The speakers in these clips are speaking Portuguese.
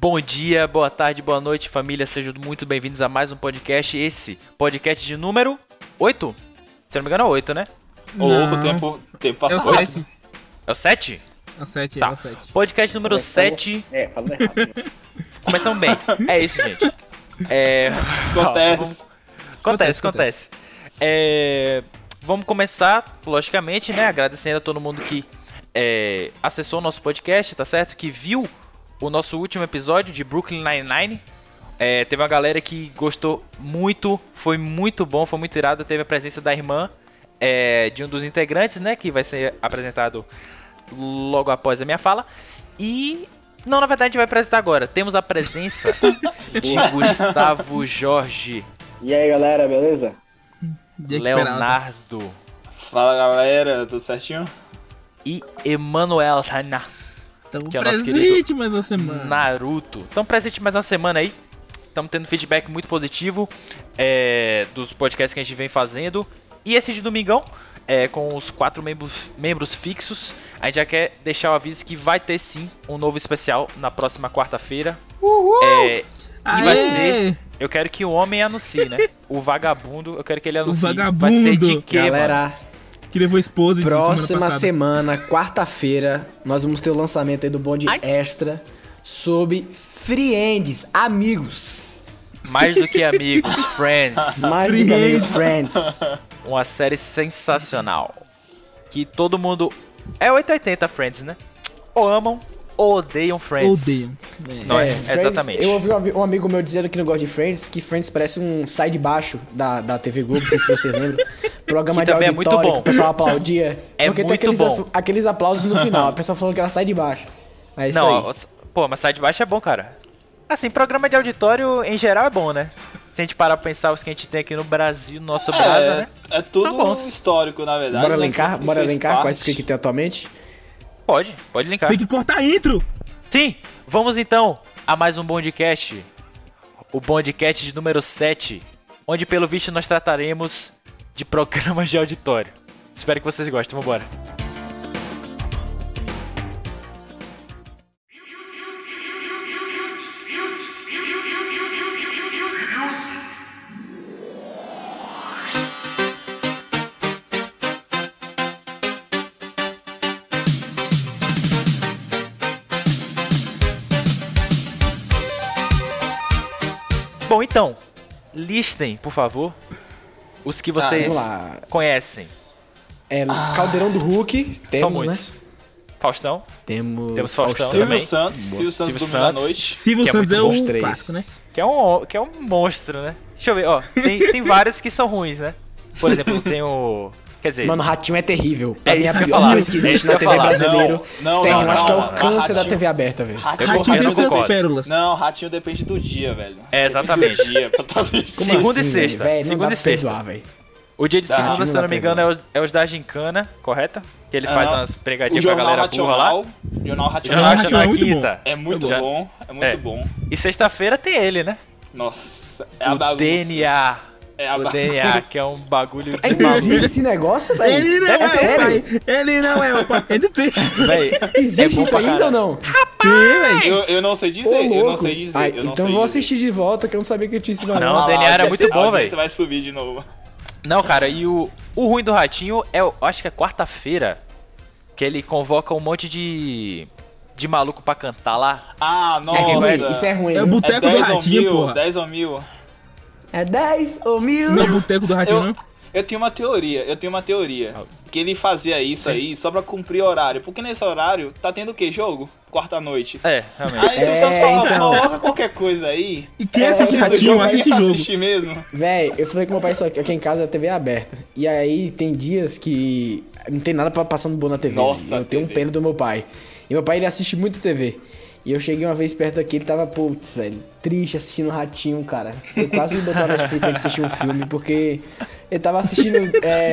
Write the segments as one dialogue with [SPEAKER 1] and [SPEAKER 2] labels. [SPEAKER 1] Bom dia, boa tarde, boa noite, família. Sejam muito bem-vindos a mais um podcast. Esse podcast de número 8? Se eu não me engano, é 8, né?
[SPEAKER 2] Ô, louco, o tempo, o tempo
[SPEAKER 3] É
[SPEAKER 2] passa
[SPEAKER 3] o
[SPEAKER 2] rápido.
[SPEAKER 3] 7.
[SPEAKER 1] É o 7?
[SPEAKER 3] É o 7,
[SPEAKER 1] Tá.
[SPEAKER 3] é o 7.
[SPEAKER 1] Podcast número 7.
[SPEAKER 4] É, falando errado.
[SPEAKER 1] Começamos bem. É isso, gente. É.
[SPEAKER 2] Acontece.
[SPEAKER 1] Acontece,
[SPEAKER 3] Acontece,
[SPEAKER 1] acontece. É, vamos começar, logicamente, né? Agradecendo a todo mundo que é, acessou o nosso podcast, tá certo? Que viu o nosso último episódio de Brooklyn Nine-Nine. É, teve uma galera que gostou muito, foi muito bom, foi muito irado. Teve a presença da irmã é, de um dos integrantes, né? Que vai ser apresentado logo após a minha fala. E. Não, na verdade, a gente vai apresentar agora. Temos a presença de Gustavo Jorge.
[SPEAKER 4] E aí, galera, beleza?
[SPEAKER 3] Jack Peralta.
[SPEAKER 1] Leonardo
[SPEAKER 2] Fala galera, tudo certinho?
[SPEAKER 1] e Emanuel tá na-
[SPEAKER 3] Então,
[SPEAKER 1] que é o nosso
[SPEAKER 3] presente mais uma semana.
[SPEAKER 1] Naruto. Estão presente mais uma semana aí. Estamos tendo feedback muito positivo é, dos podcasts que a gente vem fazendo. E esse de domingão, é, com os quatro membros, membros fixos, a gente já quer deixar o aviso que vai ter sim um novo especial na próxima quarta-feira. É,
[SPEAKER 3] Aê!
[SPEAKER 1] vai ser- eu quero que o homem anuncie, né? O vagabundo, eu quero que ele anuncie. Vai ser
[SPEAKER 3] vagabundo.
[SPEAKER 1] de quê, mano?
[SPEAKER 5] Galera,
[SPEAKER 3] Que levou esposa de semana
[SPEAKER 5] próxima
[SPEAKER 3] passada.
[SPEAKER 5] semana, quarta-feira, nós vamos ter o lançamento aí do bonde
[SPEAKER 1] Ai.
[SPEAKER 5] extra sobre friends, amigos.
[SPEAKER 1] Mais do que amigos, Ah, friends.
[SPEAKER 5] Mais do que amigos, friends. É,
[SPEAKER 1] Uma série sensacional. Que todo mundo. É 880 Friends, né? Ou amam ou odeiam Friends.
[SPEAKER 3] Odeio.
[SPEAKER 1] Não é,
[SPEAKER 5] Friends,
[SPEAKER 1] exatamente.
[SPEAKER 5] Eu ouvi um ami- um amigo meu dizendo que não gosta de Friends, que Friends parece um sai de baixo da, da TV Globo, não sei se você lembra. Programa
[SPEAKER 1] Que
[SPEAKER 5] de
[SPEAKER 1] também é
[SPEAKER 5] auditório
[SPEAKER 1] muito bom.
[SPEAKER 5] que o pessoal aplaudia.
[SPEAKER 1] É
[SPEAKER 5] porque
[SPEAKER 1] muito
[SPEAKER 5] tem aqueles,
[SPEAKER 1] bom.
[SPEAKER 5] af- aqueles aplausos no final, a pessoa falando que ela sai de baixo. É isso
[SPEAKER 1] Não,
[SPEAKER 5] aí.
[SPEAKER 1] ó, pô, mas sai de baixo é bom, cara. Assim, programa de auditório em geral é bom, né? Se a gente parar pra pensar os que a gente tem aqui no Brasil, no nosso brasa, né?
[SPEAKER 2] É, é tudo
[SPEAKER 1] Tá bom.
[SPEAKER 2] histórico, na verdade.
[SPEAKER 5] Bora
[SPEAKER 2] né?
[SPEAKER 5] linkar,
[SPEAKER 2] Sempre
[SPEAKER 5] bora
[SPEAKER 2] fez
[SPEAKER 5] linkar quais
[SPEAKER 2] parte.
[SPEAKER 5] que tem atualmente.
[SPEAKER 1] Pode, pode linkar.
[SPEAKER 3] Tem que cortar a intro.
[SPEAKER 1] Sim, vamos então a mais um Bondcast. O Bondcast de número 7, onde pelo visto nós trataremos de programas de auditório. Espero que vocês gostem, vambora. Bom, então, listem, por favor, os que vocês
[SPEAKER 5] vamos lá.
[SPEAKER 1] conhecem.
[SPEAKER 5] É, Caldeirão do Hulk,
[SPEAKER 1] São
[SPEAKER 5] temos, né?
[SPEAKER 1] muitos. Faustão,
[SPEAKER 5] Temos,
[SPEAKER 1] Temos Faustão
[SPEAKER 2] Silvio
[SPEAKER 1] também.
[SPEAKER 2] Santos, Silvio Santos
[SPEAKER 1] Silvio
[SPEAKER 2] domingo à
[SPEAKER 1] Santos.
[SPEAKER 2] noite.
[SPEAKER 3] Silvio
[SPEAKER 1] Que é
[SPEAKER 3] Santos
[SPEAKER 1] muito
[SPEAKER 3] é,
[SPEAKER 1] bom.
[SPEAKER 5] Os
[SPEAKER 3] o
[SPEAKER 5] três.
[SPEAKER 3] clássico, né?
[SPEAKER 1] que é um, que é um monstro, né? Deixa eu ver, ó, tem, tem vários que são ruins, né? Por exemplo, tem o... Quer dizer,
[SPEAKER 5] Mano, Ratinho é terrível. Pra
[SPEAKER 1] É
[SPEAKER 5] mim,
[SPEAKER 1] isso que
[SPEAKER 5] a
[SPEAKER 1] eu ia
[SPEAKER 5] pior
[SPEAKER 1] falar.
[SPEAKER 5] coisa que
[SPEAKER 1] É isso
[SPEAKER 5] existe
[SPEAKER 1] que eu
[SPEAKER 5] na
[SPEAKER 1] ia
[SPEAKER 5] TV
[SPEAKER 1] falar.
[SPEAKER 5] brasileiro.
[SPEAKER 2] Não, não,
[SPEAKER 5] tem,
[SPEAKER 2] não,
[SPEAKER 5] eu acho que é
[SPEAKER 2] não,
[SPEAKER 5] o
[SPEAKER 2] não.
[SPEAKER 5] câncer da
[SPEAKER 2] Ratinho.
[SPEAKER 5] TV aberta, velho.
[SPEAKER 2] Ratinho,
[SPEAKER 3] Ratinho
[SPEAKER 1] eu
[SPEAKER 3] tem
[SPEAKER 1] não
[SPEAKER 3] suas
[SPEAKER 1] um concordo.
[SPEAKER 3] pérolas.
[SPEAKER 2] Não, Ratinho depende do dia, velho.
[SPEAKER 1] É, exatamente.
[SPEAKER 2] Depende do dia pra tá assistindo.
[SPEAKER 1] Como é Segunda e
[SPEAKER 5] assim, velho?
[SPEAKER 1] sexta.
[SPEAKER 5] Velho, não
[SPEAKER 1] Segunda
[SPEAKER 5] dá
[SPEAKER 1] e
[SPEAKER 5] pra
[SPEAKER 1] sexta.
[SPEAKER 5] perdoar, velho.
[SPEAKER 1] O dia de
[SPEAKER 2] Tá.
[SPEAKER 1] segunda,
[SPEAKER 5] Time
[SPEAKER 1] se eu
[SPEAKER 5] da
[SPEAKER 1] não me engano, é os, é os da Gincana, correto? Que ele faz
[SPEAKER 2] Aham.
[SPEAKER 1] umas
[SPEAKER 2] Ah, O
[SPEAKER 1] pregadinhas pra
[SPEAKER 2] Jornal
[SPEAKER 1] galera burra lá.
[SPEAKER 2] Racional. Jornal
[SPEAKER 1] Jornal
[SPEAKER 3] Ah,
[SPEAKER 2] Racional.
[SPEAKER 1] Nacional
[SPEAKER 3] é muito bom.
[SPEAKER 1] quinta.
[SPEAKER 2] É muito
[SPEAKER 1] Já-
[SPEAKER 2] bom, é muito
[SPEAKER 1] É.
[SPEAKER 2] bom.
[SPEAKER 1] E sexta-feira tem ele, né?
[SPEAKER 2] Nossa, é a
[SPEAKER 1] o
[SPEAKER 2] bagunça.
[SPEAKER 1] DNA.
[SPEAKER 2] É a
[SPEAKER 1] o
[SPEAKER 2] bagunça.
[SPEAKER 1] DNA, que é um bagulho de
[SPEAKER 5] Ainda
[SPEAKER 1] maluco.
[SPEAKER 5] existe esse negócio, velho?
[SPEAKER 3] Ele não é,
[SPEAKER 5] é sério?
[SPEAKER 3] o pai. Ele não é o pai. Ele tem.
[SPEAKER 1] Véi, assim,
[SPEAKER 5] Existe
[SPEAKER 1] é bom
[SPEAKER 5] isso
[SPEAKER 1] pra
[SPEAKER 5] ainda ou
[SPEAKER 1] caralho. Ah,
[SPEAKER 5] não?
[SPEAKER 3] Tem,
[SPEAKER 2] Eu,
[SPEAKER 3] velho.
[SPEAKER 2] eu não sei
[SPEAKER 5] Ô,
[SPEAKER 2] dizer, eu não
[SPEAKER 5] louco.
[SPEAKER 2] sei dizer.
[SPEAKER 5] Ai,
[SPEAKER 2] eu não
[SPEAKER 5] então
[SPEAKER 2] sei
[SPEAKER 5] vou
[SPEAKER 2] dizer.
[SPEAKER 5] assistir de volta, que eu não sabia que eu tinha isso na
[SPEAKER 1] Não,
[SPEAKER 2] Ah
[SPEAKER 1] o
[SPEAKER 2] lá,
[SPEAKER 1] DNA era
[SPEAKER 2] a
[SPEAKER 1] muito
[SPEAKER 2] audiência-
[SPEAKER 1] bom,
[SPEAKER 2] a audiência
[SPEAKER 1] véi.
[SPEAKER 2] vai subir de novo.
[SPEAKER 1] Não, cara, e o, o ruim do Ratinho é, eu acho que é quarta-feira, que ele convoca um monte de de maluco pra cantar lá.
[SPEAKER 2] Ah,
[SPEAKER 5] É ruim,
[SPEAKER 2] nossa.
[SPEAKER 5] isso é ruim.
[SPEAKER 3] É o
[SPEAKER 5] viu?
[SPEAKER 2] É
[SPEAKER 3] boteco do
[SPEAKER 2] 10 ou
[SPEAKER 3] ratinho,
[SPEAKER 2] mil,
[SPEAKER 3] porra.
[SPEAKER 2] 10 ou mil.
[SPEAKER 5] É 10 ou mil?
[SPEAKER 3] Não é o boteco do ratinho,
[SPEAKER 2] Eu,
[SPEAKER 3] não?
[SPEAKER 2] eu tenho uma teoria, eu tenho uma teoria. Que ele fazia isso aí só pra cumprir horário. Porque nesse horário tá tendo o que? Jogo? Quarta-noite.
[SPEAKER 1] É, realmente.
[SPEAKER 2] Aí o Santos
[SPEAKER 5] É,
[SPEAKER 2] fala,
[SPEAKER 5] então.
[SPEAKER 2] coloca qualquer coisa aí.
[SPEAKER 3] E quem
[SPEAKER 1] É,
[SPEAKER 3] assiste
[SPEAKER 2] Esse do
[SPEAKER 3] ratinho,
[SPEAKER 2] aí
[SPEAKER 1] tá
[SPEAKER 3] assiste jogo.
[SPEAKER 2] Assiste mesmo.
[SPEAKER 5] Véi, eu falei com meu pai só que aqui em casa a TV é aberta. E aí tem dias que não tem nada pra passando bom na TV. né?
[SPEAKER 2] Nossa,
[SPEAKER 5] eu tenho um
[SPEAKER 2] TV.
[SPEAKER 5] pena do meu pai. E meu pai ele assiste muito TV. E eu cheguei uma vez perto daqui, ele tava, putz, velho, triste assistindo um Ratinho, cara. Eu quase me botou na Netflix pra ele assistir um filme, porque ele tava assistindo é,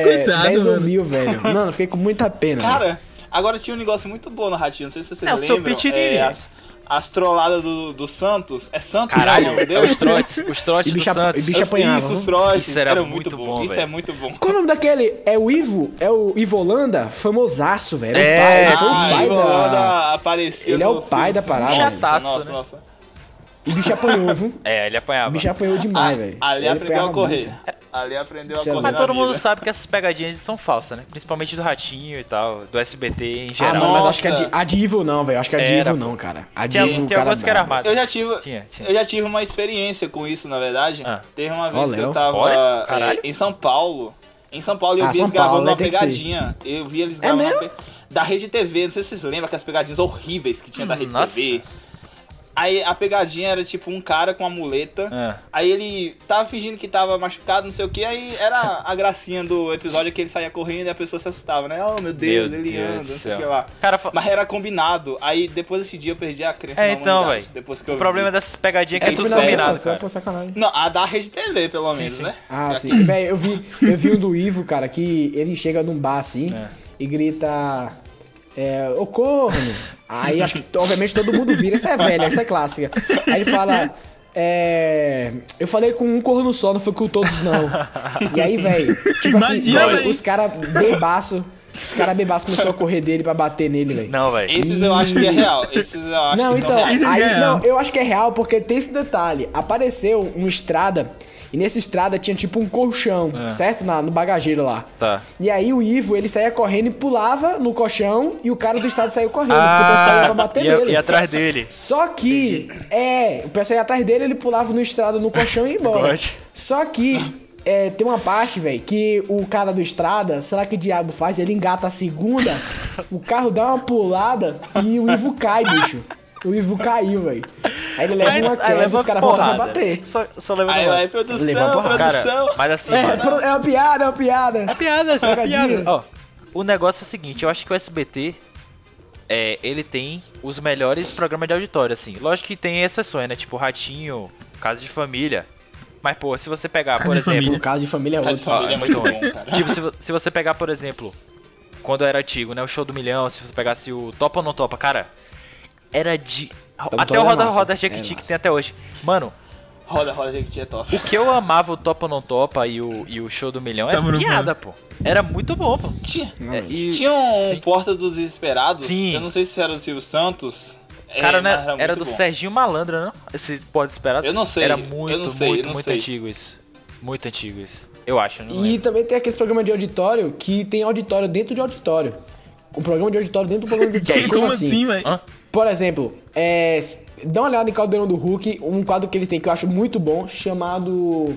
[SPEAKER 3] Coitado,
[SPEAKER 5] 10 ou
[SPEAKER 3] mano.
[SPEAKER 5] mil, velho. Mano, eu fiquei com muita pena. velho.
[SPEAKER 2] Cara, agora tinha um negócio muito bom no Ratinho, não sei se vocês
[SPEAKER 1] É, o seu
[SPEAKER 2] lembram.
[SPEAKER 1] Pitiriri.
[SPEAKER 2] as, as trolladas do, do Santos. É Santos,
[SPEAKER 1] Caralho,
[SPEAKER 2] não, meu
[SPEAKER 1] é
[SPEAKER 2] Deus.
[SPEAKER 1] os trotes, os trotes
[SPEAKER 5] E
[SPEAKER 1] do
[SPEAKER 5] bicho apa-
[SPEAKER 1] Santos.
[SPEAKER 5] e bicho- apanhava,
[SPEAKER 2] Isso, os
[SPEAKER 5] vamos.
[SPEAKER 2] trotes.
[SPEAKER 1] Isso era muito
[SPEAKER 2] muito
[SPEAKER 1] bom,
[SPEAKER 2] bom. Isso
[SPEAKER 1] velho.
[SPEAKER 2] é muito bom.
[SPEAKER 5] Qual o nome daquele? É o Ivo? É o Ivo Holanda? Famosaço, velho. Era o
[SPEAKER 1] É,
[SPEAKER 5] pai, foi o
[SPEAKER 1] sim.
[SPEAKER 2] Ah,
[SPEAKER 5] pai
[SPEAKER 2] Ivo
[SPEAKER 5] da-
[SPEAKER 2] Holanda apareceu
[SPEAKER 5] ele é o
[SPEAKER 2] no
[SPEAKER 5] pai da
[SPEAKER 2] Simpsons.
[SPEAKER 5] parada,
[SPEAKER 1] né?
[SPEAKER 2] Nossa,
[SPEAKER 1] Chataço,
[SPEAKER 2] nossa,
[SPEAKER 1] né?
[SPEAKER 2] nossa.
[SPEAKER 5] E o bicho apanhou, viu?
[SPEAKER 1] É, ele
[SPEAKER 5] O
[SPEAKER 1] apanhava.
[SPEAKER 5] bicho apanhou
[SPEAKER 1] ah,
[SPEAKER 5] demais, velho.
[SPEAKER 2] Ali
[SPEAKER 5] Ele
[SPEAKER 2] aprendeu a
[SPEAKER 5] apanhava
[SPEAKER 2] correr.
[SPEAKER 5] muito.
[SPEAKER 2] Ali aprendeu a
[SPEAKER 5] Mas
[SPEAKER 2] correr.
[SPEAKER 1] Mas
[SPEAKER 2] na
[SPEAKER 1] todo
[SPEAKER 2] vida.
[SPEAKER 1] mundo sabe que essas pegadinhas são falsas, né? Principalmente do Ratinho e tal, do SBT em
[SPEAKER 5] Ah,
[SPEAKER 1] geral.
[SPEAKER 5] não, mas
[SPEAKER 2] Nossa.
[SPEAKER 5] acho que a de, a de Evil não, velho. Acho que a de
[SPEAKER 1] Era,
[SPEAKER 5] Evil
[SPEAKER 1] pô.
[SPEAKER 5] não, cara. A de
[SPEAKER 1] Tinha,
[SPEAKER 5] Evil,
[SPEAKER 1] tinha
[SPEAKER 5] o cara
[SPEAKER 1] alguns que era
[SPEAKER 5] brabo.
[SPEAKER 1] armado.
[SPEAKER 2] Eu já tive,
[SPEAKER 1] Tinha, tinha.
[SPEAKER 2] eu já tive uma experiência com isso, na verdade.
[SPEAKER 1] Ah.
[SPEAKER 2] Teve uma vez
[SPEAKER 5] Ó,
[SPEAKER 2] que eu
[SPEAKER 5] Léo.
[SPEAKER 1] Olha,
[SPEAKER 2] tava
[SPEAKER 1] caralho.
[SPEAKER 2] eh, em São Paulo. Em São Paulo e eu
[SPEAKER 5] Ah,
[SPEAKER 2] vi
[SPEAKER 5] São
[SPEAKER 2] eles gravando
[SPEAKER 5] Paulo, né?
[SPEAKER 2] uma
[SPEAKER 5] Tem que ser.
[SPEAKER 2] pegadinha. Eu vi eles
[SPEAKER 5] É
[SPEAKER 2] gravando uma
[SPEAKER 5] mesmo?
[SPEAKER 2] pe- da Rede TV, não sei se vocês lembram aquelas pegadinhas horríveis que tinha da Rede
[SPEAKER 1] Nossa.
[SPEAKER 2] TV. Aí a pegadinha era tipo um cara com uma muleta.
[SPEAKER 1] Ah.
[SPEAKER 2] Aí ele tava fingindo que tava machucado, não sei o que. Aí era a gracinha do episódio que ele saía correndo e a pessoa se assustava, né? Oh meu Deus,
[SPEAKER 1] Meu
[SPEAKER 2] ele
[SPEAKER 1] Deus
[SPEAKER 2] anda, não
[SPEAKER 1] do
[SPEAKER 2] sei o
[SPEAKER 1] céu.
[SPEAKER 2] que lá.
[SPEAKER 1] Cara, fa-
[SPEAKER 2] Mas era combinado. Aí depois desse dia eu perdi a crença
[SPEAKER 1] É,
[SPEAKER 2] na
[SPEAKER 1] então,
[SPEAKER 2] humanidade,
[SPEAKER 1] velho.
[SPEAKER 2] Depois que eu
[SPEAKER 1] o problema
[SPEAKER 2] vi.
[SPEAKER 1] dessas pegadinhas é que é,
[SPEAKER 2] É
[SPEAKER 1] tudo
[SPEAKER 2] tudo bem,
[SPEAKER 1] combinado,
[SPEAKER 5] pô,
[SPEAKER 1] cara.
[SPEAKER 5] Pô, sacanagem.
[SPEAKER 2] Não, a da Rede TV, pelo menos,
[SPEAKER 1] sim.
[SPEAKER 2] né?
[SPEAKER 5] Ah, sim. Velho, eu vi, eu vi um do Ivo, cara, que ele chega num bar assim e grita. É, ô corno! Aí acho que, obviamente, todo mundo vira. Essa é velha, essa é clássica. Aí ele fala. É. Eu falei com um corno só, não foi com todos, não. E aí, velho, tipo
[SPEAKER 3] Imagina,
[SPEAKER 5] assim,
[SPEAKER 3] velho.
[SPEAKER 5] os caras bebaço. Os caras bebaço começou a correr dele pra bater nele, velho.
[SPEAKER 1] Não, velho.
[SPEAKER 2] Esses eu acho que é real. Esses eu acho
[SPEAKER 5] Não,
[SPEAKER 2] que
[SPEAKER 5] então,
[SPEAKER 2] são reais.
[SPEAKER 3] Isso é
[SPEAKER 5] aí,
[SPEAKER 3] real.
[SPEAKER 5] não, eu acho que é real porque tem esse detalhe. Apareceu uma estrada e nessa estrada tinha tipo um colchão, certo? Na- no bagageiro lá.
[SPEAKER 1] Tá.
[SPEAKER 5] E aí o Ivo, ele saía correndo e pulava no colchão e o cara do estado saiu correndo, porque o pessoal ia pra
[SPEAKER 1] Ah,
[SPEAKER 5] bater
[SPEAKER 1] ia,
[SPEAKER 5] nele.
[SPEAKER 1] ia atrás dele.
[SPEAKER 5] Só que, é, o pessoal ia atrás dele, ele pulava no estrado, no colchão e ia embora.
[SPEAKER 1] Gosto.
[SPEAKER 5] Só que, é, tem uma parte, velho, que o cara do estrada, sei lá que o diabo faz, ele engata a segunda, o carro dá uma pulada e o Ivo cai, bicho. O Ivo caiu, velho. Aí ele leva uma queda e os caras voltam pra
[SPEAKER 1] porrada.
[SPEAKER 5] bater.
[SPEAKER 1] Só, só leva
[SPEAKER 2] Aí
[SPEAKER 1] uma-
[SPEAKER 2] vai, produção,
[SPEAKER 5] Levanta o
[SPEAKER 2] produção.
[SPEAKER 1] Cara, mas assim,
[SPEAKER 5] É,
[SPEAKER 1] mano,
[SPEAKER 5] pro- é uma piada, é uma piada.
[SPEAKER 1] É piada, é
[SPEAKER 5] Pegadinha.
[SPEAKER 1] piada. Ó, o negócio é o seguinte, eu acho que o SBT, é, ele tem os melhores programas de auditório, assim. Lógico que tem exceções, né? Tipo Ratinho, Casa de Família. Mas, pô, se você pegar,
[SPEAKER 3] Casa
[SPEAKER 1] por
[SPEAKER 3] de
[SPEAKER 1] exemplo...
[SPEAKER 5] O caso de família é
[SPEAKER 2] Casa de
[SPEAKER 5] outro.
[SPEAKER 2] família é
[SPEAKER 1] Ah,
[SPEAKER 2] muito
[SPEAKER 1] muito
[SPEAKER 2] bom, cara.
[SPEAKER 1] Tipo, se, vo- se você pegar, por exemplo, quando era antigo, né? O Show do Milhão, se você pegasse o Topa ou Não Topa, cara, era de... até
[SPEAKER 5] Topa
[SPEAKER 1] o
[SPEAKER 5] era
[SPEAKER 1] Roda
[SPEAKER 5] massa,
[SPEAKER 1] Roda
[SPEAKER 5] era
[SPEAKER 1] Jequiti que
[SPEAKER 5] massa.
[SPEAKER 1] tem até hoje. Mano,
[SPEAKER 2] Roda, roda, Jequiti é top.
[SPEAKER 1] o que eu amava o Topa ou Não Topa e o, e o Show do Milhão era
[SPEAKER 3] Tamo no
[SPEAKER 1] piada, pô. Era muito bom, pô.
[SPEAKER 2] Tinha,
[SPEAKER 1] É, e-
[SPEAKER 2] tinha um
[SPEAKER 1] Sim.
[SPEAKER 2] Porta dos Desesperados.
[SPEAKER 1] Sim.
[SPEAKER 2] Eu não sei se era do Silvio Santos. é,
[SPEAKER 1] Cara, né,
[SPEAKER 2] mas
[SPEAKER 1] era, do
[SPEAKER 2] muito bom.
[SPEAKER 1] Serginho Malandra, não? Esse pode esperar.
[SPEAKER 2] Eu não sei,
[SPEAKER 1] Era
[SPEAKER 2] eu não
[SPEAKER 1] muito,
[SPEAKER 2] sei, eu
[SPEAKER 1] muito,
[SPEAKER 2] não
[SPEAKER 1] muito
[SPEAKER 2] sei.
[SPEAKER 1] antigo isso. Muito antigo isso. Eu acho, não
[SPEAKER 5] E
[SPEAKER 1] lembro.
[SPEAKER 5] também tem aqueles programas de auditório que tem auditório dentro de auditório. Um programa de auditório dentro do programa de auditório.
[SPEAKER 1] é
[SPEAKER 3] Como assim, velho?
[SPEAKER 1] Hã?
[SPEAKER 5] Por exemplo, é, dá uma olhada em Caldeirão do Hulk, um quadro que eles têm que eu acho muito bom, chamado.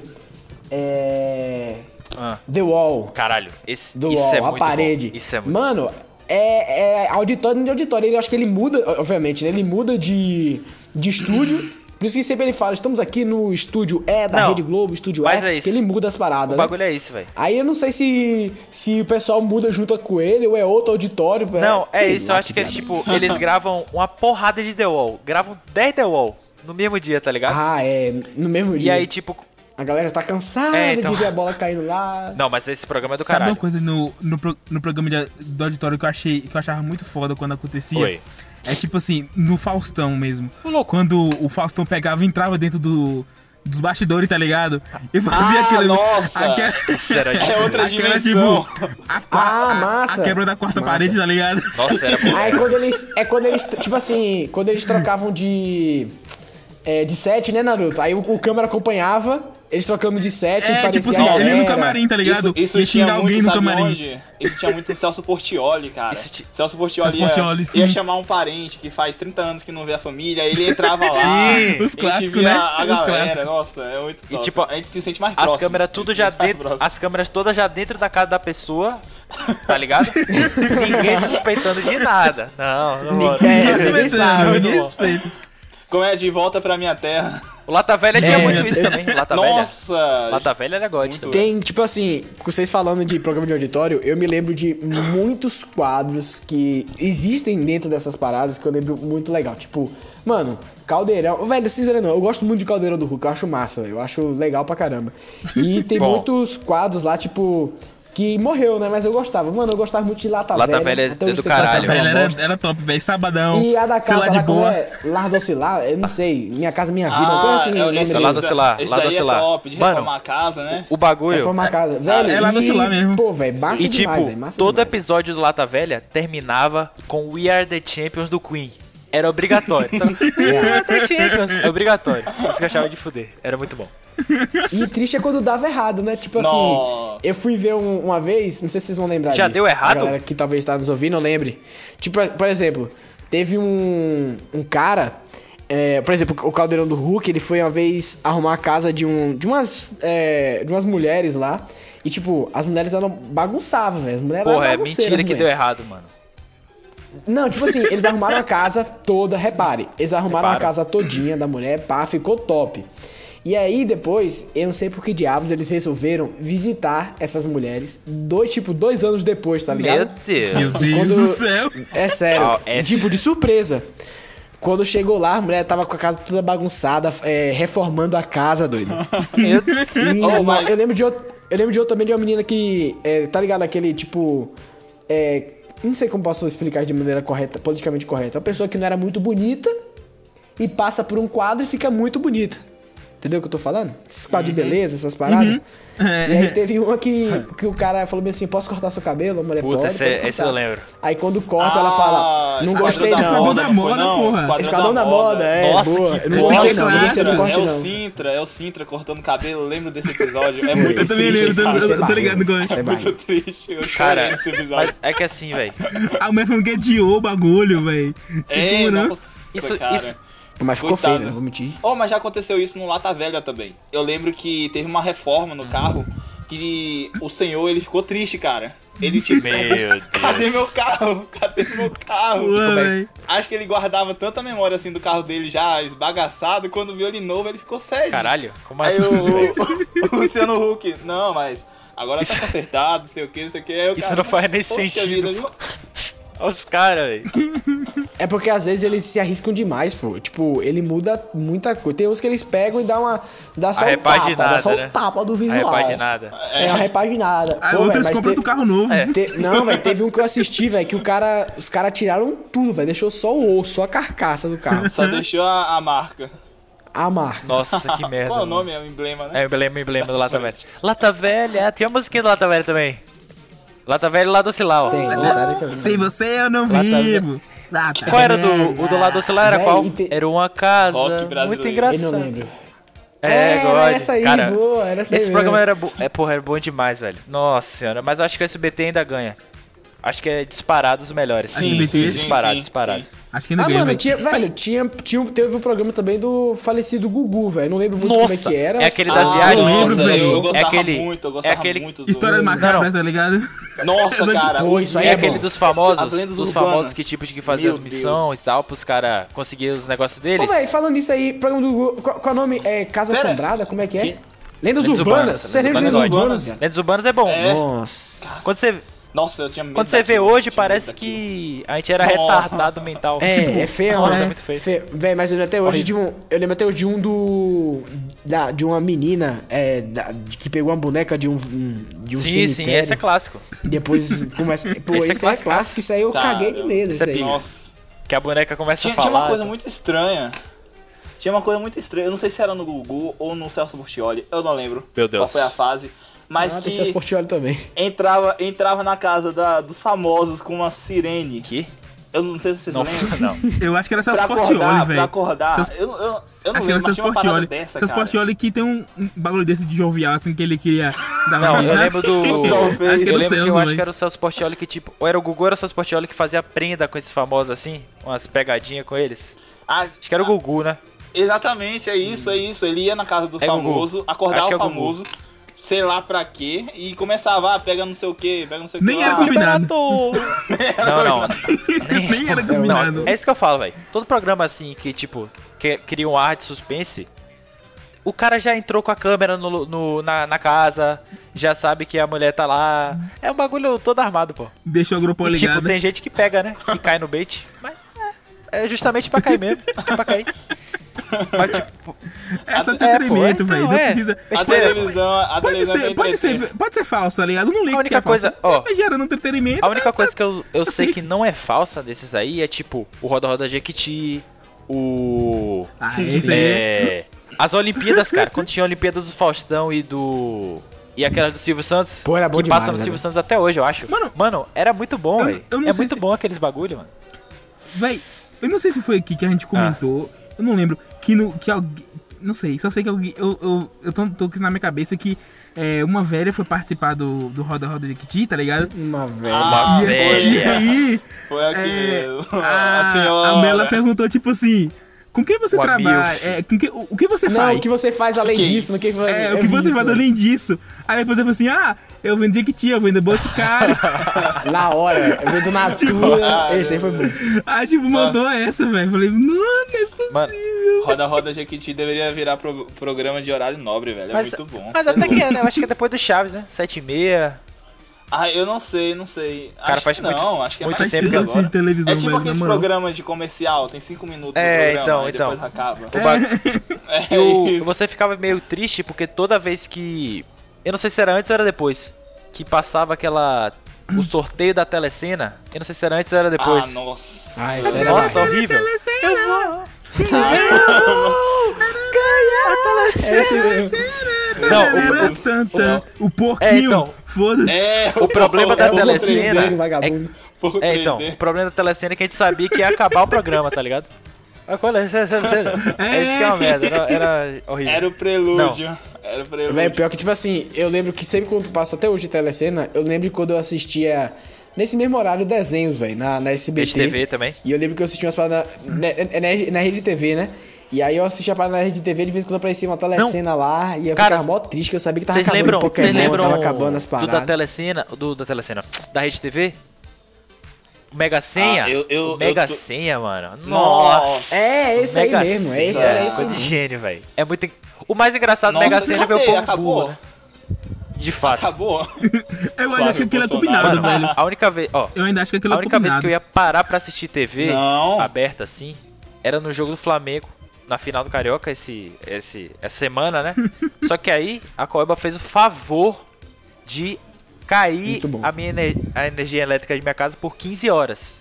[SPEAKER 5] É,
[SPEAKER 1] Ah.
[SPEAKER 5] The Wall.
[SPEAKER 1] Caralho, esse,
[SPEAKER 5] Do
[SPEAKER 1] isso
[SPEAKER 5] Wall,
[SPEAKER 1] é
[SPEAKER 5] a
[SPEAKER 1] muito
[SPEAKER 5] parede.
[SPEAKER 1] bom. Isso é muito
[SPEAKER 5] Mano, é, é auditório dentro de auditório. Ele eu acho que ele muda, obviamente, né? Ele muda de, de estúdio. Por isso que sempre ele fala, estamos aqui no estúdio E da
[SPEAKER 1] Não,
[SPEAKER 5] Rede Globo, estúdio
[SPEAKER 1] mas
[SPEAKER 5] F,
[SPEAKER 1] é isso.
[SPEAKER 5] que ele muda as paradas,
[SPEAKER 1] O
[SPEAKER 5] né?
[SPEAKER 1] bagulho é isso, velho.
[SPEAKER 5] Aí eu não sei se, se o pessoal muda junto com ele ou é outro auditório.
[SPEAKER 1] Não, é
[SPEAKER 5] sei
[SPEAKER 1] isso.
[SPEAKER 5] lá
[SPEAKER 1] Eu acho que eles,
[SPEAKER 5] merda.
[SPEAKER 1] tipo, eles gravam uma porrada de The Wall. Gravam 10 The Wall no mesmo dia, tá ligado?
[SPEAKER 5] Ah, é, no mesmo
[SPEAKER 1] e
[SPEAKER 5] dia.
[SPEAKER 1] aí, tipo.
[SPEAKER 5] A galera tá cansada
[SPEAKER 1] É, então.
[SPEAKER 5] de ver a bola caindo lá.
[SPEAKER 1] Não, mas esse programa é do
[SPEAKER 3] Sabe
[SPEAKER 1] caralho.
[SPEAKER 3] uma coisa no, no, pro- no programa de- do auditório que eu achei que eu achava muito foda quando acontecia?
[SPEAKER 1] Oi.
[SPEAKER 3] É tipo assim, no Faustão mesmo.
[SPEAKER 1] Ô, louco.
[SPEAKER 3] Quando o Faustão pegava e entrava dentro do, dos bastidores, tá ligado? E fazia
[SPEAKER 2] Ah,
[SPEAKER 3] aquele.
[SPEAKER 2] nossa!
[SPEAKER 3] Aquela,
[SPEAKER 1] Isso era de-
[SPEAKER 2] É outra
[SPEAKER 3] aquela
[SPEAKER 2] dimensão.
[SPEAKER 3] tipo. A,
[SPEAKER 5] Ah,
[SPEAKER 3] a-
[SPEAKER 5] massa.
[SPEAKER 3] A quebra da quarta
[SPEAKER 5] Massa.
[SPEAKER 3] parede, tá ligado?
[SPEAKER 1] Nossa, era bom.
[SPEAKER 5] Aí quando eles. É quando eles. Tipo assim, quando eles trocavam de. É, de set, né, Naruto? Aí o, o câmera acompanhava, eles trocando de set,
[SPEAKER 3] É,
[SPEAKER 5] parecia
[SPEAKER 3] tipo assim,
[SPEAKER 5] a
[SPEAKER 3] ele no
[SPEAKER 5] galera.
[SPEAKER 3] camarim, tá ligado?
[SPEAKER 2] Isso,
[SPEAKER 3] Ia
[SPEAKER 2] isso tinha
[SPEAKER 3] xingar
[SPEAKER 2] muito,
[SPEAKER 3] alguém no
[SPEAKER 2] sabe
[SPEAKER 3] camarim.
[SPEAKER 2] onde? Isso tinha muito em Celso Portioli, cara.
[SPEAKER 1] Isso ti-
[SPEAKER 2] Celso Portioli,
[SPEAKER 3] Celso
[SPEAKER 2] ia,
[SPEAKER 3] Portioli, sim.
[SPEAKER 2] ia chamar um parente que faz 30 anos que não vê a família, ele entrava lá.
[SPEAKER 1] Sim,
[SPEAKER 2] a
[SPEAKER 3] os
[SPEAKER 2] gente
[SPEAKER 3] clássicos,
[SPEAKER 2] via
[SPEAKER 3] né?
[SPEAKER 2] A
[SPEAKER 3] Os
[SPEAKER 2] galera,
[SPEAKER 3] clássicos.
[SPEAKER 2] nossa, é muito top.
[SPEAKER 1] tipo,
[SPEAKER 2] a gente se sente mais próximo.
[SPEAKER 1] As câmeras tudo já dentro. As câmeras todas já dentro da casa da pessoa. Tá ligado? Ninguém suspeitando de nada. Não, não. rola.
[SPEAKER 5] É, ninguém
[SPEAKER 3] Respeitando,
[SPEAKER 5] sabe.
[SPEAKER 3] ninguém
[SPEAKER 2] muito bom.
[SPEAKER 3] respeita.
[SPEAKER 2] Como é de volta pra minha terra.
[SPEAKER 1] O Lata Velha tinha
[SPEAKER 5] É,
[SPEAKER 1] muito
[SPEAKER 3] meu
[SPEAKER 1] isso
[SPEAKER 5] Deus.
[SPEAKER 1] também. Lata Tá Velha. tá-
[SPEAKER 2] Nossa!
[SPEAKER 1] Lata Velha era God também.
[SPEAKER 5] Tem, tipo assim, com vocês falando de programa de auditório, eu me lembro de muitos quadros que existem dentro dessas paradas que eu lembro muito legal. Tipo, mano, Caldeirão. Velho, sinceramente, não, eu gosto muito de Caldeirão do Hulk, eu acho massa, velho, eu acho legal pra caramba. E tem
[SPEAKER 1] Bom.
[SPEAKER 5] muitos quadros lá, tipo, que morreu, né? Mas eu gostava. Mano, eu gostava muito de Lata,
[SPEAKER 1] Lata
[SPEAKER 5] Velha.
[SPEAKER 1] Velha é
[SPEAKER 5] até hoje
[SPEAKER 1] do
[SPEAKER 5] você gosta,
[SPEAKER 1] caralho.
[SPEAKER 5] é uma
[SPEAKER 3] Velho, era,
[SPEAKER 5] bosta.
[SPEAKER 3] era top, velho. Sabadão.
[SPEAKER 5] E a
[SPEAKER 3] sei
[SPEAKER 5] da casa
[SPEAKER 3] lá
[SPEAKER 5] lá,
[SPEAKER 3] de
[SPEAKER 5] como
[SPEAKER 3] boa.
[SPEAKER 5] é? Lar do Cilar, eu não sei. Minha casa, minha vida,
[SPEAKER 1] Ah,
[SPEAKER 5] uma coisa assim.
[SPEAKER 2] é,
[SPEAKER 5] o nome
[SPEAKER 2] esse
[SPEAKER 1] lá
[SPEAKER 5] dele.
[SPEAKER 1] do Cilar,
[SPEAKER 2] Esse
[SPEAKER 1] lá do
[SPEAKER 2] daí é
[SPEAKER 1] Cilar.
[SPEAKER 2] top, de
[SPEAKER 1] Mano,
[SPEAKER 2] reformar a casa, né?
[SPEAKER 1] O bagulho.
[SPEAKER 5] Reformar a casa. Velho,
[SPEAKER 3] é lá no
[SPEAKER 5] e-
[SPEAKER 3] celular mesmo.
[SPEAKER 5] Pô, velho, massa
[SPEAKER 1] E tipo,
[SPEAKER 5] demais, velho. massa
[SPEAKER 1] todo
[SPEAKER 5] demais.
[SPEAKER 1] episódio do Lata Velha terminava com We Are the Champions do Queen. Era obrigatório. Então, "Ah, tá Chicas", é obrigatório. Isso que eu achava de fuder. Era muito bom.
[SPEAKER 5] E triste é quando dava errado, né? Tipo assim,
[SPEAKER 2] Nossa.
[SPEAKER 5] eu fui ver um- uma vez, não sei se vocês vão lembrar
[SPEAKER 1] Já
[SPEAKER 5] disso.
[SPEAKER 1] deu errado?
[SPEAKER 5] A galera que talvez tá nos ouvindo, não lembre. Tipo, por exemplo, teve um, um cara, é, por exemplo, o Caldeirão do Hulk, ele foi uma vez arrumar a casa de, um, de, umas, é, de umas mulheres lá. E tipo, as mulheres eram bagunçavam, velho. As mulheres
[SPEAKER 1] Porra, é
[SPEAKER 5] eram
[SPEAKER 1] mentira que deu
[SPEAKER 5] errado.
[SPEAKER 1] errado, mano.
[SPEAKER 5] Não, tipo assim, eles arrumaram a casa toda, repare. Eles arrumaram a
[SPEAKER 1] Repara.
[SPEAKER 5] casa todinha da mulher, pá, ficou top. E aí depois, eu não sei por que diabos eles resolveram visitar essas mulheres dois, tipo, dois anos depois, tá ligado?
[SPEAKER 1] Meu Deus.
[SPEAKER 3] Meu Deus
[SPEAKER 5] Quando-
[SPEAKER 3] do céu.
[SPEAKER 5] É sério.
[SPEAKER 1] Ah, é.
[SPEAKER 5] Tipo, de surpresa. Quando chegou lá, a mulher tava com a casa toda bagunçada, é, reformando a casa, doido.
[SPEAKER 1] Meu
[SPEAKER 5] E,
[SPEAKER 2] Oh,
[SPEAKER 5] mas
[SPEAKER 2] mas-
[SPEAKER 5] eu lembro de outro, eu lembro de outro também de uma menina que é, tá ligado aquele tipo é, não sei como posso explicar de maneira correta, politicamente correta. É Uma pessoa que não era muito bonita e passa por um quadro e fica muito bonita. Entendeu o que eu tô falando? Esses quadros
[SPEAKER 2] Uhum.
[SPEAKER 5] de beleza, essas paradas. E aí teve uma que, que o cara falou bem assim, posso cortar seu cabelo? A mulher
[SPEAKER 1] Puta,
[SPEAKER 5] pode,
[SPEAKER 1] esse- é-
[SPEAKER 5] pode cortar."
[SPEAKER 1] esse eu lembro.
[SPEAKER 5] Aí quando corta, ela fala,
[SPEAKER 2] Ah,
[SPEAKER 5] não
[SPEAKER 2] Esquadrão
[SPEAKER 5] gostei
[SPEAKER 2] da
[SPEAKER 5] não.
[SPEAKER 3] Esquadrão da
[SPEAKER 2] não foi,
[SPEAKER 3] Moda,
[SPEAKER 2] não?
[SPEAKER 3] porra.
[SPEAKER 5] Esquadrão da moda, é,
[SPEAKER 1] Nossa,
[SPEAKER 5] boa.
[SPEAKER 1] que
[SPEAKER 5] não
[SPEAKER 1] bosta,
[SPEAKER 5] gostei não, não
[SPEAKER 3] cara.
[SPEAKER 5] gostei do corte
[SPEAKER 2] É o
[SPEAKER 5] não.
[SPEAKER 2] Sintra, é o Sintra cortando cabelo, lembro desse episódio. É
[SPEAKER 5] Foi.
[SPEAKER 2] muito
[SPEAKER 3] Eu também
[SPEAKER 5] Esse-
[SPEAKER 3] lembro,
[SPEAKER 5] esse-
[SPEAKER 3] eu- eu-
[SPEAKER 5] esse é
[SPEAKER 3] eu tô
[SPEAKER 5] barril,
[SPEAKER 3] ligado com
[SPEAKER 5] esse é
[SPEAKER 3] isso.
[SPEAKER 5] barril.
[SPEAKER 2] triste. Eu
[SPEAKER 1] Cara,
[SPEAKER 2] chorei nesse
[SPEAKER 1] mas
[SPEAKER 2] episódio.
[SPEAKER 1] é que assim, velho.
[SPEAKER 3] A mulher falando Ah, que adiou o bagulho, velho.
[SPEAKER 2] É,
[SPEAKER 3] não.
[SPEAKER 2] nossa,
[SPEAKER 1] né? Isso-
[SPEAKER 2] cara.
[SPEAKER 1] isso-
[SPEAKER 5] Mas ficou
[SPEAKER 2] Coitado.
[SPEAKER 5] feio, né? Vou mentir.
[SPEAKER 2] Oh, mas já aconteceu isso no Lata Velha também. Eu lembro que teve uma reforma no carro que o senhor ele ficou triste, cara. Ele tipo,
[SPEAKER 1] Meu
[SPEAKER 2] cadê meu carro? Cadê meu carro?
[SPEAKER 3] Ué,
[SPEAKER 2] Como é-
[SPEAKER 3] véi.
[SPEAKER 2] Acho que ele guardava tanta memória assim do carro dele já esbagaçado, quando viu ele novo ele ficou sério.
[SPEAKER 1] Caralho, como
[SPEAKER 2] Aí
[SPEAKER 1] assim, velho?
[SPEAKER 2] o, o Luciano Huck, não, mas agora tá consertado, sei o que, sei o que. Aí o
[SPEAKER 1] Isso
[SPEAKER 2] cara,
[SPEAKER 1] não faz nem
[SPEAKER 2] "Poxa
[SPEAKER 1] sentido."
[SPEAKER 2] vida, viu?"
[SPEAKER 1] Olha os caras, velho.
[SPEAKER 5] É porque às vezes eles se arriscam demais, pô. Tipo, ele muda muita coisa. Tem uns que eles pegam e dá uma. Dá só
[SPEAKER 1] A
[SPEAKER 5] o tapa, dá só
[SPEAKER 1] repaginada,
[SPEAKER 5] o
[SPEAKER 1] né?
[SPEAKER 5] tapa do
[SPEAKER 1] A
[SPEAKER 5] visual.
[SPEAKER 1] repaginada.
[SPEAKER 5] É a repaginada.
[SPEAKER 3] Aí
[SPEAKER 5] Pô,
[SPEAKER 3] outras
[SPEAKER 5] velho, mas
[SPEAKER 3] compram
[SPEAKER 5] te-
[SPEAKER 3] Ah, do carro novo.
[SPEAKER 1] É.
[SPEAKER 5] te- Não, velho, teve um que eu assisti, velho, que o cara. Os caras tiraram tudo, velho. Deixou só o osso, só a carcaça do carro.
[SPEAKER 2] Só deixou a, a marca.
[SPEAKER 5] A marca.
[SPEAKER 1] Nossa, que merda.
[SPEAKER 2] Qual é o
[SPEAKER 1] mano.
[SPEAKER 2] nome? É o emblema, né?
[SPEAKER 1] É o emblema, o emblema do Lata Velha. Lata Velha, tem uma musiquinha do Lata Velha também. Lata Velha e Lado Ocilar, ó.
[SPEAKER 5] Tem, sério que é eu vi.
[SPEAKER 3] Sem você eu não
[SPEAKER 5] Lá tá-
[SPEAKER 3] vivo. Lá tá.
[SPEAKER 1] Qual era do, o do Lado Ocilar? Era
[SPEAKER 5] Véi,
[SPEAKER 1] qual?
[SPEAKER 5] Né, e te-
[SPEAKER 1] Era uma casa
[SPEAKER 2] Rock
[SPEAKER 1] muito
[SPEAKER 2] brasileiro.
[SPEAKER 5] Eu não
[SPEAKER 1] engraçada.
[SPEAKER 5] lembro.
[SPEAKER 1] É,
[SPEAKER 5] Era
[SPEAKER 1] God.
[SPEAKER 5] essa aí,
[SPEAKER 1] Cara,
[SPEAKER 5] boa, era essa aí
[SPEAKER 1] esse programa
[SPEAKER 5] mesmo.
[SPEAKER 1] era bom. É, porra, era bom demais, velho. Nossa senhora, mas eu acho que o SBT ainda ganha. Acho que é disparado os melhores.
[SPEAKER 3] Sim,
[SPEAKER 1] disparado,
[SPEAKER 3] sim,
[SPEAKER 1] disparado.
[SPEAKER 2] sim,
[SPEAKER 1] disparado.
[SPEAKER 2] sim.
[SPEAKER 3] Acho que não
[SPEAKER 5] Ah,
[SPEAKER 3] ganha,
[SPEAKER 5] mano,
[SPEAKER 3] velho.
[SPEAKER 5] tinha, velho, tinha, tinha, teve o programa também do falecido Gugu, velho. Não lembro muito como é
[SPEAKER 1] Nossa,
[SPEAKER 5] que era.
[SPEAKER 1] é aquele
[SPEAKER 2] Ah,
[SPEAKER 1] das viagens.
[SPEAKER 3] eu lembro,
[SPEAKER 1] Nossa,
[SPEAKER 3] velho.
[SPEAKER 2] Eu,
[SPEAKER 1] é
[SPEAKER 2] eu gostava
[SPEAKER 1] aquele-
[SPEAKER 2] muito, eu
[SPEAKER 1] é
[SPEAKER 2] gostava
[SPEAKER 1] aquele-
[SPEAKER 2] muito do...
[SPEAKER 3] Histórias macabras,
[SPEAKER 1] Não.
[SPEAKER 3] tá ligado?
[SPEAKER 2] Nossa, cara.
[SPEAKER 5] Pô, isso aí
[SPEAKER 1] É,
[SPEAKER 5] é
[SPEAKER 1] aquele
[SPEAKER 5] bom.
[SPEAKER 1] dos
[SPEAKER 2] As lendas
[SPEAKER 1] famosos, dos
[SPEAKER 2] urbanas.
[SPEAKER 1] famosos que tipo de que fazia
[SPEAKER 2] Meu
[SPEAKER 1] as missões
[SPEAKER 2] Deus.
[SPEAKER 1] e tal, pros caras conseguirem os negócios
[SPEAKER 5] Ô,
[SPEAKER 1] deles.
[SPEAKER 5] velho, falando nisso aí, programa do Google, qual, qual é o nome? É Casa
[SPEAKER 2] Pera.
[SPEAKER 5] Assombrada? Como é que é?
[SPEAKER 2] Que-
[SPEAKER 1] Lendas
[SPEAKER 5] Lendas, Urbanas.
[SPEAKER 1] Urbanas,
[SPEAKER 5] Você lembra
[SPEAKER 1] Lendas
[SPEAKER 5] Lendas Urbanas,
[SPEAKER 2] Urbanas,
[SPEAKER 5] cara?
[SPEAKER 1] Lendas urbanas é bom.
[SPEAKER 2] É.
[SPEAKER 5] Nossa.
[SPEAKER 1] Quando você,
[SPEAKER 2] Nossa, eu tinha medo
[SPEAKER 1] quando você vê
[SPEAKER 2] daquilo,
[SPEAKER 1] hoje,
[SPEAKER 2] tinha medo
[SPEAKER 1] parece
[SPEAKER 2] daquilo.
[SPEAKER 1] que a gente era
[SPEAKER 2] Nossa.
[SPEAKER 1] retardado mental.
[SPEAKER 5] É,
[SPEAKER 1] Tipo,
[SPEAKER 5] é feio,
[SPEAKER 1] Nossa,
[SPEAKER 5] né?
[SPEAKER 1] é muito feio.
[SPEAKER 5] Véi, mas eu lembro até hoje de um. Eu lembro até hoje de um do. Da, de uma menina é, da- de- que pegou uma boneca de um. um- De um
[SPEAKER 1] Sim, sim,
[SPEAKER 5] cemitério,
[SPEAKER 1] esse é clássico.
[SPEAKER 5] e Depois começa. Pô,
[SPEAKER 1] Esse
[SPEAKER 5] esse,
[SPEAKER 1] é
[SPEAKER 5] é,
[SPEAKER 1] clássico.
[SPEAKER 5] clássico, isso aí eu
[SPEAKER 2] Cara,
[SPEAKER 5] caguei de medo.
[SPEAKER 1] esse é
[SPEAKER 5] Isso aí.
[SPEAKER 1] pica.
[SPEAKER 2] Nossa.
[SPEAKER 1] Que a boneca começa
[SPEAKER 2] Tinha,
[SPEAKER 1] a
[SPEAKER 2] tinha
[SPEAKER 1] falar.
[SPEAKER 2] uma coisa muito estranha. Tinha uma coisa muito estranha. Eu não sei se era no Gugu ou no Celso Portioli. Eu não lembro
[SPEAKER 1] Meu Deus.
[SPEAKER 2] qual foi a fase. Mas
[SPEAKER 5] Ah, tem Celso
[SPEAKER 2] que
[SPEAKER 5] Portiolli também.
[SPEAKER 2] entrava, entrava na casa da- dos famosos com uma sirene.
[SPEAKER 1] Que?
[SPEAKER 2] Eu não sei se vocês
[SPEAKER 1] Não,
[SPEAKER 2] lembram.
[SPEAKER 1] não.
[SPEAKER 3] Eu acho que era
[SPEAKER 2] Pra
[SPEAKER 3] Celso Portioli,
[SPEAKER 2] acordar, pra
[SPEAKER 3] é velho. é
[SPEAKER 2] acordar.
[SPEAKER 3] Celso-
[SPEAKER 2] Eu, eu, eu não
[SPEAKER 3] Acho que
[SPEAKER 2] lembro,
[SPEAKER 3] era
[SPEAKER 2] mas
[SPEAKER 3] Celso
[SPEAKER 2] tinha uma parada
[SPEAKER 3] Portioli.
[SPEAKER 2] dessa,
[SPEAKER 3] Celso
[SPEAKER 2] cara.
[SPEAKER 3] Portioli que tem um, um bagulho desse de jovial, assim, que ele queria dar uma
[SPEAKER 1] Não, eu
[SPEAKER 3] mijada.
[SPEAKER 1] lembro do.
[SPEAKER 2] Talvez.
[SPEAKER 3] Acho que
[SPEAKER 1] eu
[SPEAKER 3] era o
[SPEAKER 1] lembro que eu
[SPEAKER 3] Celso,
[SPEAKER 1] acho
[SPEAKER 3] velho.
[SPEAKER 1] que era o Celso Portioli que, tipo, ou era o Gugu ou era o Celso Portioli que fazia prenda com esses famosos assim, umas pegadinhas com eles.
[SPEAKER 2] Ah,
[SPEAKER 1] Acho que era o Gugu, né?
[SPEAKER 2] Exatamente, é isso, é isso. Ele ia na casa do
[SPEAKER 1] É Gugu.
[SPEAKER 2] famoso,
[SPEAKER 1] Acho
[SPEAKER 2] acordava
[SPEAKER 1] que é
[SPEAKER 2] o
[SPEAKER 1] Gugu.
[SPEAKER 2] famoso, sei lá pra quê, e começava, ah, pega não sei o quê, pega não sei o quê. Ah,
[SPEAKER 3] Nem era
[SPEAKER 2] lá.
[SPEAKER 3] combinado.
[SPEAKER 1] Não, não.
[SPEAKER 3] Nem era combinado.
[SPEAKER 1] Não, é isso que eu falo, velho. Todo programa assim que, tipo, que cria um ar de suspense, o cara já entrou com a câmera no, no- na, na casa, já sabe que a mulher tá lá. É um bagulho todo armado, pô.
[SPEAKER 3] Deixou o grupo
[SPEAKER 1] E, tipo,
[SPEAKER 3] ligado.
[SPEAKER 1] tem gente que pega, né? E cai no bait. Mas é, é justamente pra cair mesmo. É pra cair. Mas, tipo,
[SPEAKER 3] É só
[SPEAKER 1] É,
[SPEAKER 3] entretenimento,
[SPEAKER 1] pô,
[SPEAKER 3] velho. Não
[SPEAKER 1] então, é.
[SPEAKER 3] precisa.
[SPEAKER 2] A
[SPEAKER 1] Besteira.
[SPEAKER 2] televisão, a
[SPEAKER 3] Pode
[SPEAKER 2] televisão
[SPEAKER 3] ser,
[SPEAKER 2] tem
[SPEAKER 3] pode
[SPEAKER 2] entretenimento.
[SPEAKER 3] ser, pode ser falso, tá ligado? Eu não ligo
[SPEAKER 1] A única coisa- ó.
[SPEAKER 3] Mas gerando entretenimento.
[SPEAKER 1] a única
[SPEAKER 3] mas-
[SPEAKER 1] coisa que eu, eu sei que não é falsa desses aí é, tipo, o Roda Roda Jequiti, o...
[SPEAKER 3] Ah, isso aí.
[SPEAKER 1] É, as Olimpíadas, cara, quando tinha Olimpíadas do Faustão e do. E aquela do Silvio Santos.
[SPEAKER 5] Pô, era bom
[SPEAKER 1] que
[SPEAKER 5] demais,
[SPEAKER 1] passa no
[SPEAKER 5] né,
[SPEAKER 1] Silvio
[SPEAKER 5] velho?
[SPEAKER 1] Santos até hoje, eu acho.
[SPEAKER 3] Mano,
[SPEAKER 1] Mano, era muito bom,
[SPEAKER 3] eu-
[SPEAKER 1] velho.
[SPEAKER 3] eu não
[SPEAKER 1] É
[SPEAKER 3] sei
[SPEAKER 1] muito
[SPEAKER 3] se-
[SPEAKER 1] bom aqueles bagulho, mano.
[SPEAKER 3] Véi, Eu não sei se foi aqui que a gente comentou, eu não lembro, que, no, que alguém. Não sei, só sei que alguém. Eu, eu, eu tô, tô com isso na minha cabeça que é, uma velha foi participar do, do Roda Roda de Kiti, tá ligado?
[SPEAKER 5] Uma velha.
[SPEAKER 2] Ah,
[SPEAKER 3] e, aí- e
[SPEAKER 2] foi.
[SPEAKER 3] aí.
[SPEAKER 2] Foi Assim, aqui
[SPEAKER 3] é,
[SPEAKER 2] mesmo. a senhora.
[SPEAKER 3] a, a Mela perguntou, tipo assim. Com quem você
[SPEAKER 1] O
[SPEAKER 3] trabalha?
[SPEAKER 1] Abilf.
[SPEAKER 3] É, com que, o, o que você
[SPEAKER 5] Não,
[SPEAKER 3] faz?
[SPEAKER 5] o que você faz além
[SPEAKER 2] Que
[SPEAKER 5] disso?
[SPEAKER 2] isso?
[SPEAKER 5] No que você,
[SPEAKER 3] É, o que você
[SPEAKER 5] isso.
[SPEAKER 3] faz além disso? Aí depois eu falo assim, ah, eu vendo Jequiti, eu vendo Boticário.
[SPEAKER 5] Na hora, eu vejo do
[SPEAKER 1] Tipo, ah,
[SPEAKER 5] Natura. Esse aí foi
[SPEAKER 1] é
[SPEAKER 5] bom.
[SPEAKER 3] aí, tipo, mandou essa, velho. Falei, não, não é possível.
[SPEAKER 1] Mano,
[SPEAKER 2] Roda Roda Jequiti deveria virar pro- programa de horário nobre, velho. É
[SPEAKER 1] mas,
[SPEAKER 2] muito bom.
[SPEAKER 1] mas
[SPEAKER 2] Cê é
[SPEAKER 1] até
[SPEAKER 2] louco.
[SPEAKER 1] que é, né? Eu acho que é depois do Chaves, né? 7 e meia.
[SPEAKER 2] Ah, eu não sei, não sei.
[SPEAKER 1] Cara,
[SPEAKER 2] acho
[SPEAKER 1] faz
[SPEAKER 2] que
[SPEAKER 1] muito-
[SPEAKER 2] não, acho que é
[SPEAKER 1] muito
[SPEAKER 2] mais
[SPEAKER 1] tempo
[SPEAKER 2] tempo
[SPEAKER 1] que eu
[SPEAKER 3] assisto
[SPEAKER 2] agora.
[SPEAKER 3] assim, televisão,
[SPEAKER 2] é tipo
[SPEAKER 3] velho,
[SPEAKER 2] aqueles
[SPEAKER 3] na moral.
[SPEAKER 2] programas de comercial, tem 5 minutos
[SPEAKER 1] É,
[SPEAKER 2] do programa
[SPEAKER 1] então,
[SPEAKER 2] e
[SPEAKER 1] então.
[SPEAKER 2] depois acaba.
[SPEAKER 1] O ba-
[SPEAKER 2] É,
[SPEAKER 1] E o-
[SPEAKER 2] isso.
[SPEAKER 1] você ficava meio triste porque toda vez que. Eu não sei se era antes ou era depois. Que passava aquela. O sorteio da telecena. Eu não sei se era antes ou era depois.
[SPEAKER 2] Ah, nossa.
[SPEAKER 5] Ah, isso era
[SPEAKER 1] Nossa,
[SPEAKER 5] lá.
[SPEAKER 1] horrível.
[SPEAKER 3] Telecena,
[SPEAKER 5] É esse mesmo.
[SPEAKER 1] Não,
[SPEAKER 3] Tan,
[SPEAKER 1] o-
[SPEAKER 3] tan. o porquinho,
[SPEAKER 1] É, então.
[SPEAKER 3] foda-se.
[SPEAKER 2] É,
[SPEAKER 1] o problema da
[SPEAKER 5] É o povo
[SPEAKER 1] telecena.
[SPEAKER 5] prendendo, vagabundo.
[SPEAKER 2] Vou
[SPEAKER 1] É, então, o
[SPEAKER 2] prender.
[SPEAKER 1] problema da telecena é que a gente sabia que ia acabar o programa, tá ligado? Mas qual é? Sério, sério, sério. É isso que é uma merda, era, era horrível.
[SPEAKER 2] Era o prelúdio. Era o prelúdio.
[SPEAKER 5] Véi, pior que, tipo assim, eu lembro que sempre quando passa até hoje telecena, eu lembro de quando eu assistia nesse mesmo horário desenhos, velho, na, na SBT.
[SPEAKER 1] TV também.
[SPEAKER 5] E eu lembro que eu assistia umas paradas na, na, na- na rede TV, né? E aí eu assistia a parada na rede TV, de vez em quando aparecia uma telecena lá, e eu
[SPEAKER 1] Cara,
[SPEAKER 5] ficava mó triste, que eu sabia que tava
[SPEAKER 1] Vocês
[SPEAKER 5] acabando
[SPEAKER 1] lembram,
[SPEAKER 5] o Pokémon,
[SPEAKER 1] vocês lembram
[SPEAKER 5] tava acabando as
[SPEAKER 1] do da
[SPEAKER 5] paradas.
[SPEAKER 1] telecena, do da telecena, da Rede TV? O Mega Senha?
[SPEAKER 2] Ah, eu- eu-
[SPEAKER 1] o Mega
[SPEAKER 2] eu tô-
[SPEAKER 1] Senha, mano. Nossa.
[SPEAKER 2] Nossa.
[SPEAKER 5] É, esse aí
[SPEAKER 1] Mega
[SPEAKER 5] mesmo, é esse
[SPEAKER 1] Sena,
[SPEAKER 5] era esse
[SPEAKER 1] coisa
[SPEAKER 5] aí.
[SPEAKER 1] de gênio, velho. É muito. en- O mais engraçado do
[SPEAKER 2] Nossa,
[SPEAKER 1] Mega Sena foi o
[SPEAKER 2] cadê?
[SPEAKER 1] povo
[SPEAKER 2] Acabou?
[SPEAKER 1] burro, né? De fato.
[SPEAKER 2] Acabou.
[SPEAKER 3] Eu
[SPEAKER 2] Flávio
[SPEAKER 3] ainda acho que aquilo é
[SPEAKER 2] Bolsonaro.
[SPEAKER 3] combinado,
[SPEAKER 1] Mano,
[SPEAKER 3] velho.
[SPEAKER 1] a única vez, ó,
[SPEAKER 3] Eu ainda acho que aquilo
[SPEAKER 1] a
[SPEAKER 3] é
[SPEAKER 1] única vez
[SPEAKER 3] combinado.
[SPEAKER 1] que eu ia parar pra assistir TV
[SPEAKER 2] Não.
[SPEAKER 1] aberta assim, era no jogo do Flamengo, na final do Carioca, esse, esse, essa semana, né? Só que aí a Coeba fez o favor de cair
[SPEAKER 5] Muito bom.
[SPEAKER 1] a minha ener- a energia elétrica de minha casa por 15 horas.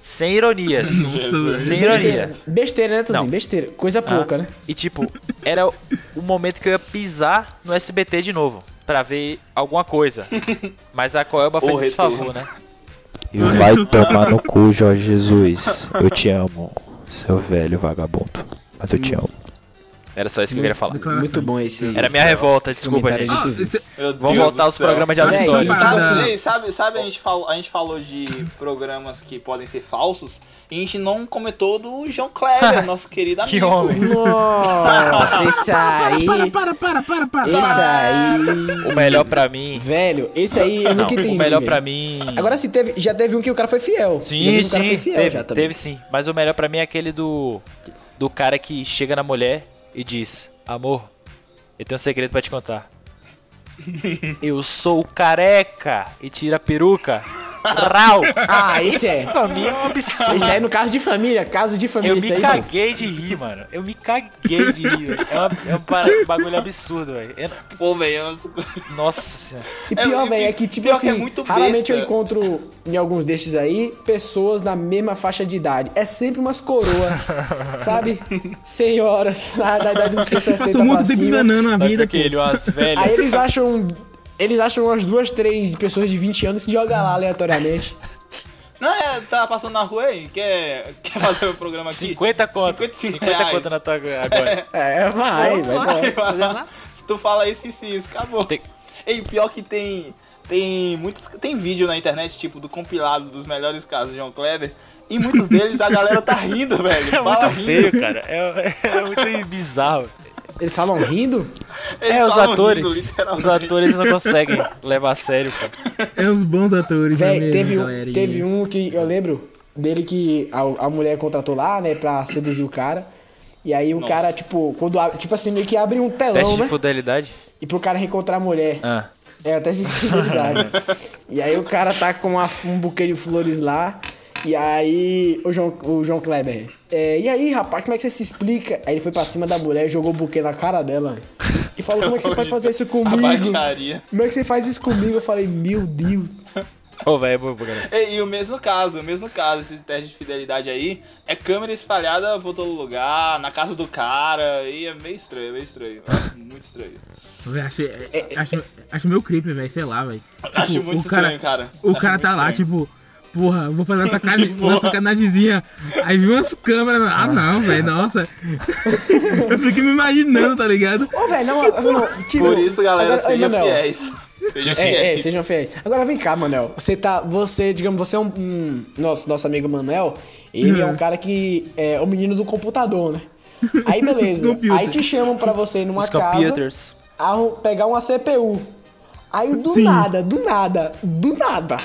[SPEAKER 1] Sem ironias.
[SPEAKER 3] Nossa,
[SPEAKER 1] Sem
[SPEAKER 3] velho.
[SPEAKER 1] ironia.
[SPEAKER 5] Besteira, né, Tuzinho?
[SPEAKER 1] Não.
[SPEAKER 5] Besteira. Coisa
[SPEAKER 1] Ah,
[SPEAKER 5] pouca, né?
[SPEAKER 1] E tipo, era o o momento que eu ia pisar no SBT de novo, pra ver alguma coisa. Mas a Coelba fez esse
[SPEAKER 2] retorno.
[SPEAKER 1] favor, né?
[SPEAKER 6] E vai tomar no cu, Jorge Jesus. Eu te amo, seu velho vagabundo. Mas eu te amo.
[SPEAKER 1] Era só isso que eu queria falar.
[SPEAKER 3] Declaração.
[SPEAKER 5] Muito bom esse.
[SPEAKER 1] Era minha revolta,
[SPEAKER 5] Esse
[SPEAKER 1] desculpa,
[SPEAKER 5] comentário é
[SPEAKER 1] gente.
[SPEAKER 3] Ah,
[SPEAKER 5] Tuzinho.
[SPEAKER 3] esse-
[SPEAKER 2] Meu
[SPEAKER 1] Vamos
[SPEAKER 2] Deus
[SPEAKER 1] voltar
[SPEAKER 2] do
[SPEAKER 1] aos
[SPEAKER 2] céu.
[SPEAKER 1] programas de
[SPEAKER 5] Véi,
[SPEAKER 1] auditório.
[SPEAKER 5] tá-
[SPEAKER 2] Sabe,
[SPEAKER 3] Parada.
[SPEAKER 2] sabe, sabe, sabe a, gente falou, a gente falou de programas que podem ser falsos e a gente não comentou do João Kleber, nosso querido amigo.
[SPEAKER 1] Que homem.
[SPEAKER 5] Nossa, esse aí.
[SPEAKER 3] Para, para, para, para, para.
[SPEAKER 5] Esse aí.
[SPEAKER 1] O melhor pra mim.
[SPEAKER 5] Velho, esse aí eu
[SPEAKER 1] Não,
[SPEAKER 5] nunca entendi.
[SPEAKER 1] o melhor
[SPEAKER 5] velho.
[SPEAKER 1] pra mim.
[SPEAKER 5] Agora sim, teve, já teve um que o cara foi fiel.
[SPEAKER 1] sim,
[SPEAKER 5] já teve um
[SPEAKER 1] sim.
[SPEAKER 5] cara foi fiel
[SPEAKER 1] teve,
[SPEAKER 5] já também.
[SPEAKER 1] teve sim. Mas o melhor pra mim é aquele do. Do cara que chega na mulher e diz: Amor, eu tenho um segredo pra te contar. Eu sou careca e tira a peruca. Rau!
[SPEAKER 5] Ah, esse é.
[SPEAKER 1] Pra mim é um absurdo.
[SPEAKER 5] Esse aí no caso de família, caso de família,
[SPEAKER 1] Eu
[SPEAKER 5] isso
[SPEAKER 1] me
[SPEAKER 5] aí. não.
[SPEAKER 1] caguei de rir, mano. Eu me caguei de rir, velho. É, uma- é um ba- um bagulho absurdo, velho. Eu-
[SPEAKER 2] Pô, velho, eu-
[SPEAKER 1] Nossa senhora.
[SPEAKER 5] E
[SPEAKER 2] É,
[SPEAKER 5] pior,
[SPEAKER 2] e
[SPEAKER 5] velho, é que tipo
[SPEAKER 2] pior que
[SPEAKER 5] assim,
[SPEAKER 2] é muito besta.
[SPEAKER 5] raramente eu encontro em alguns desses aí pessoas da mesma faixa de idade. É sempre umas coroas, sabe? Senhoras, da da idade dos 60
[SPEAKER 3] Passou muito
[SPEAKER 5] tá pra
[SPEAKER 3] tempo
[SPEAKER 5] cima.
[SPEAKER 3] enganando a
[SPEAKER 1] Mas
[SPEAKER 3] vida.
[SPEAKER 1] aquele, umas velhas.
[SPEAKER 5] Aí eles acham. Eles acham umas duas, três pessoas de 20 anos que jogam lá aleatoriamente.
[SPEAKER 2] Não, é, tá passando na rua aí, quer, quer fazer o programa aqui?
[SPEAKER 1] 50 conto.
[SPEAKER 2] 55
[SPEAKER 1] 50 conto
[SPEAKER 2] reais.
[SPEAKER 1] na tua agora.
[SPEAKER 5] É, vai, vai. vai.
[SPEAKER 2] tu fala isso e sim, isso acabou.
[SPEAKER 1] Tem-
[SPEAKER 2] Ei, pior que tem. Tem muitos. Tem vídeo na internet, tipo, do compilado dos melhores casos de João Kleber. E muitos deles a galera tá rindo, velho.
[SPEAKER 1] É
[SPEAKER 2] Fala
[SPEAKER 1] muito
[SPEAKER 2] rindo.
[SPEAKER 1] feio, cara. É, é muito bizarro.
[SPEAKER 5] Eles falam rindo?
[SPEAKER 2] Eles
[SPEAKER 1] é, os
[SPEAKER 2] falam
[SPEAKER 1] atores.
[SPEAKER 2] rindo,
[SPEAKER 1] os
[SPEAKER 2] literalmente.
[SPEAKER 1] atores não conseguem levar a sério, cara.
[SPEAKER 3] É uns bons atores, é
[SPEAKER 5] Véi,
[SPEAKER 3] mesmo,
[SPEAKER 5] teve, um,
[SPEAKER 3] galerinha.
[SPEAKER 5] teve um que eu lembro dele que a, a mulher contratou lá, né, pra seduzir o cara. E aí o cara, tipo, quando abre, tipo assim, meio que abre um
[SPEAKER 1] Teste
[SPEAKER 5] telão,
[SPEAKER 1] de
[SPEAKER 5] né?
[SPEAKER 1] fidelidade?
[SPEAKER 5] E pro cara reencontrar a mulher.
[SPEAKER 1] Ah.
[SPEAKER 5] É, até de fidelidade. e aí o cara tá com uma- um buquê de flores lá. E aí o João, o João Kleber. é, e aí, rapaz, como é que você se explica? Aí ele foi pra cima da mulher, jogou o buquê na cara dela. E falou, como é que você pode fazer isso
[SPEAKER 2] A
[SPEAKER 5] comigo?
[SPEAKER 2] baixaria.
[SPEAKER 5] Como é que você faz isso comigo? Eu falei, meu Deus.
[SPEAKER 1] Ô, velho, é bobo, cara.
[SPEAKER 2] E, e o mesmo caso, o mesmo caso, esse teste de fidelidade aí, é câmera espalhada por todo lugar, na casa do cara, e é meio estranho, é meio estranho. é muito estranho.
[SPEAKER 3] Véi, acho, acho, acho meu creepy, velho. Sei lá, velho. Tipo,
[SPEAKER 2] Acho muito estranho, cara.
[SPEAKER 3] O
[SPEAKER 2] Acho
[SPEAKER 3] cara
[SPEAKER 2] muito
[SPEAKER 3] tá lá,
[SPEAKER 2] estranho.
[SPEAKER 3] tipo, porra, vou fazer uma, sacanagem,
[SPEAKER 2] Que
[SPEAKER 3] uma
[SPEAKER 2] porra.
[SPEAKER 3] sacanagemzinha. Aí vi umas câmeras. Ah, não, velho, nossa. eu fiquei me imaginando, tá ligado?
[SPEAKER 5] Ô, velho, não, não, tipo,
[SPEAKER 2] Por isso, galera,
[SPEAKER 5] agora- ô,
[SPEAKER 2] sejam
[SPEAKER 5] Manuel,
[SPEAKER 2] fiéis. Sejam
[SPEAKER 5] É, é,
[SPEAKER 2] fiéis.
[SPEAKER 5] sejam fiéis. Agora vem cá, Manel. Você tá. Você, digamos, você é um. um- nosso, nosso amigo Manel, ele é um cara que. É o menino do computador, né? Aí beleza.
[SPEAKER 3] Os computers.
[SPEAKER 5] Aí te chamam pra você ir numa
[SPEAKER 1] Os
[SPEAKER 5] casa
[SPEAKER 1] computers.
[SPEAKER 5] arru- pegar uma CPU. Aí do
[SPEAKER 3] Sim.
[SPEAKER 5] nada, do nada, do nada.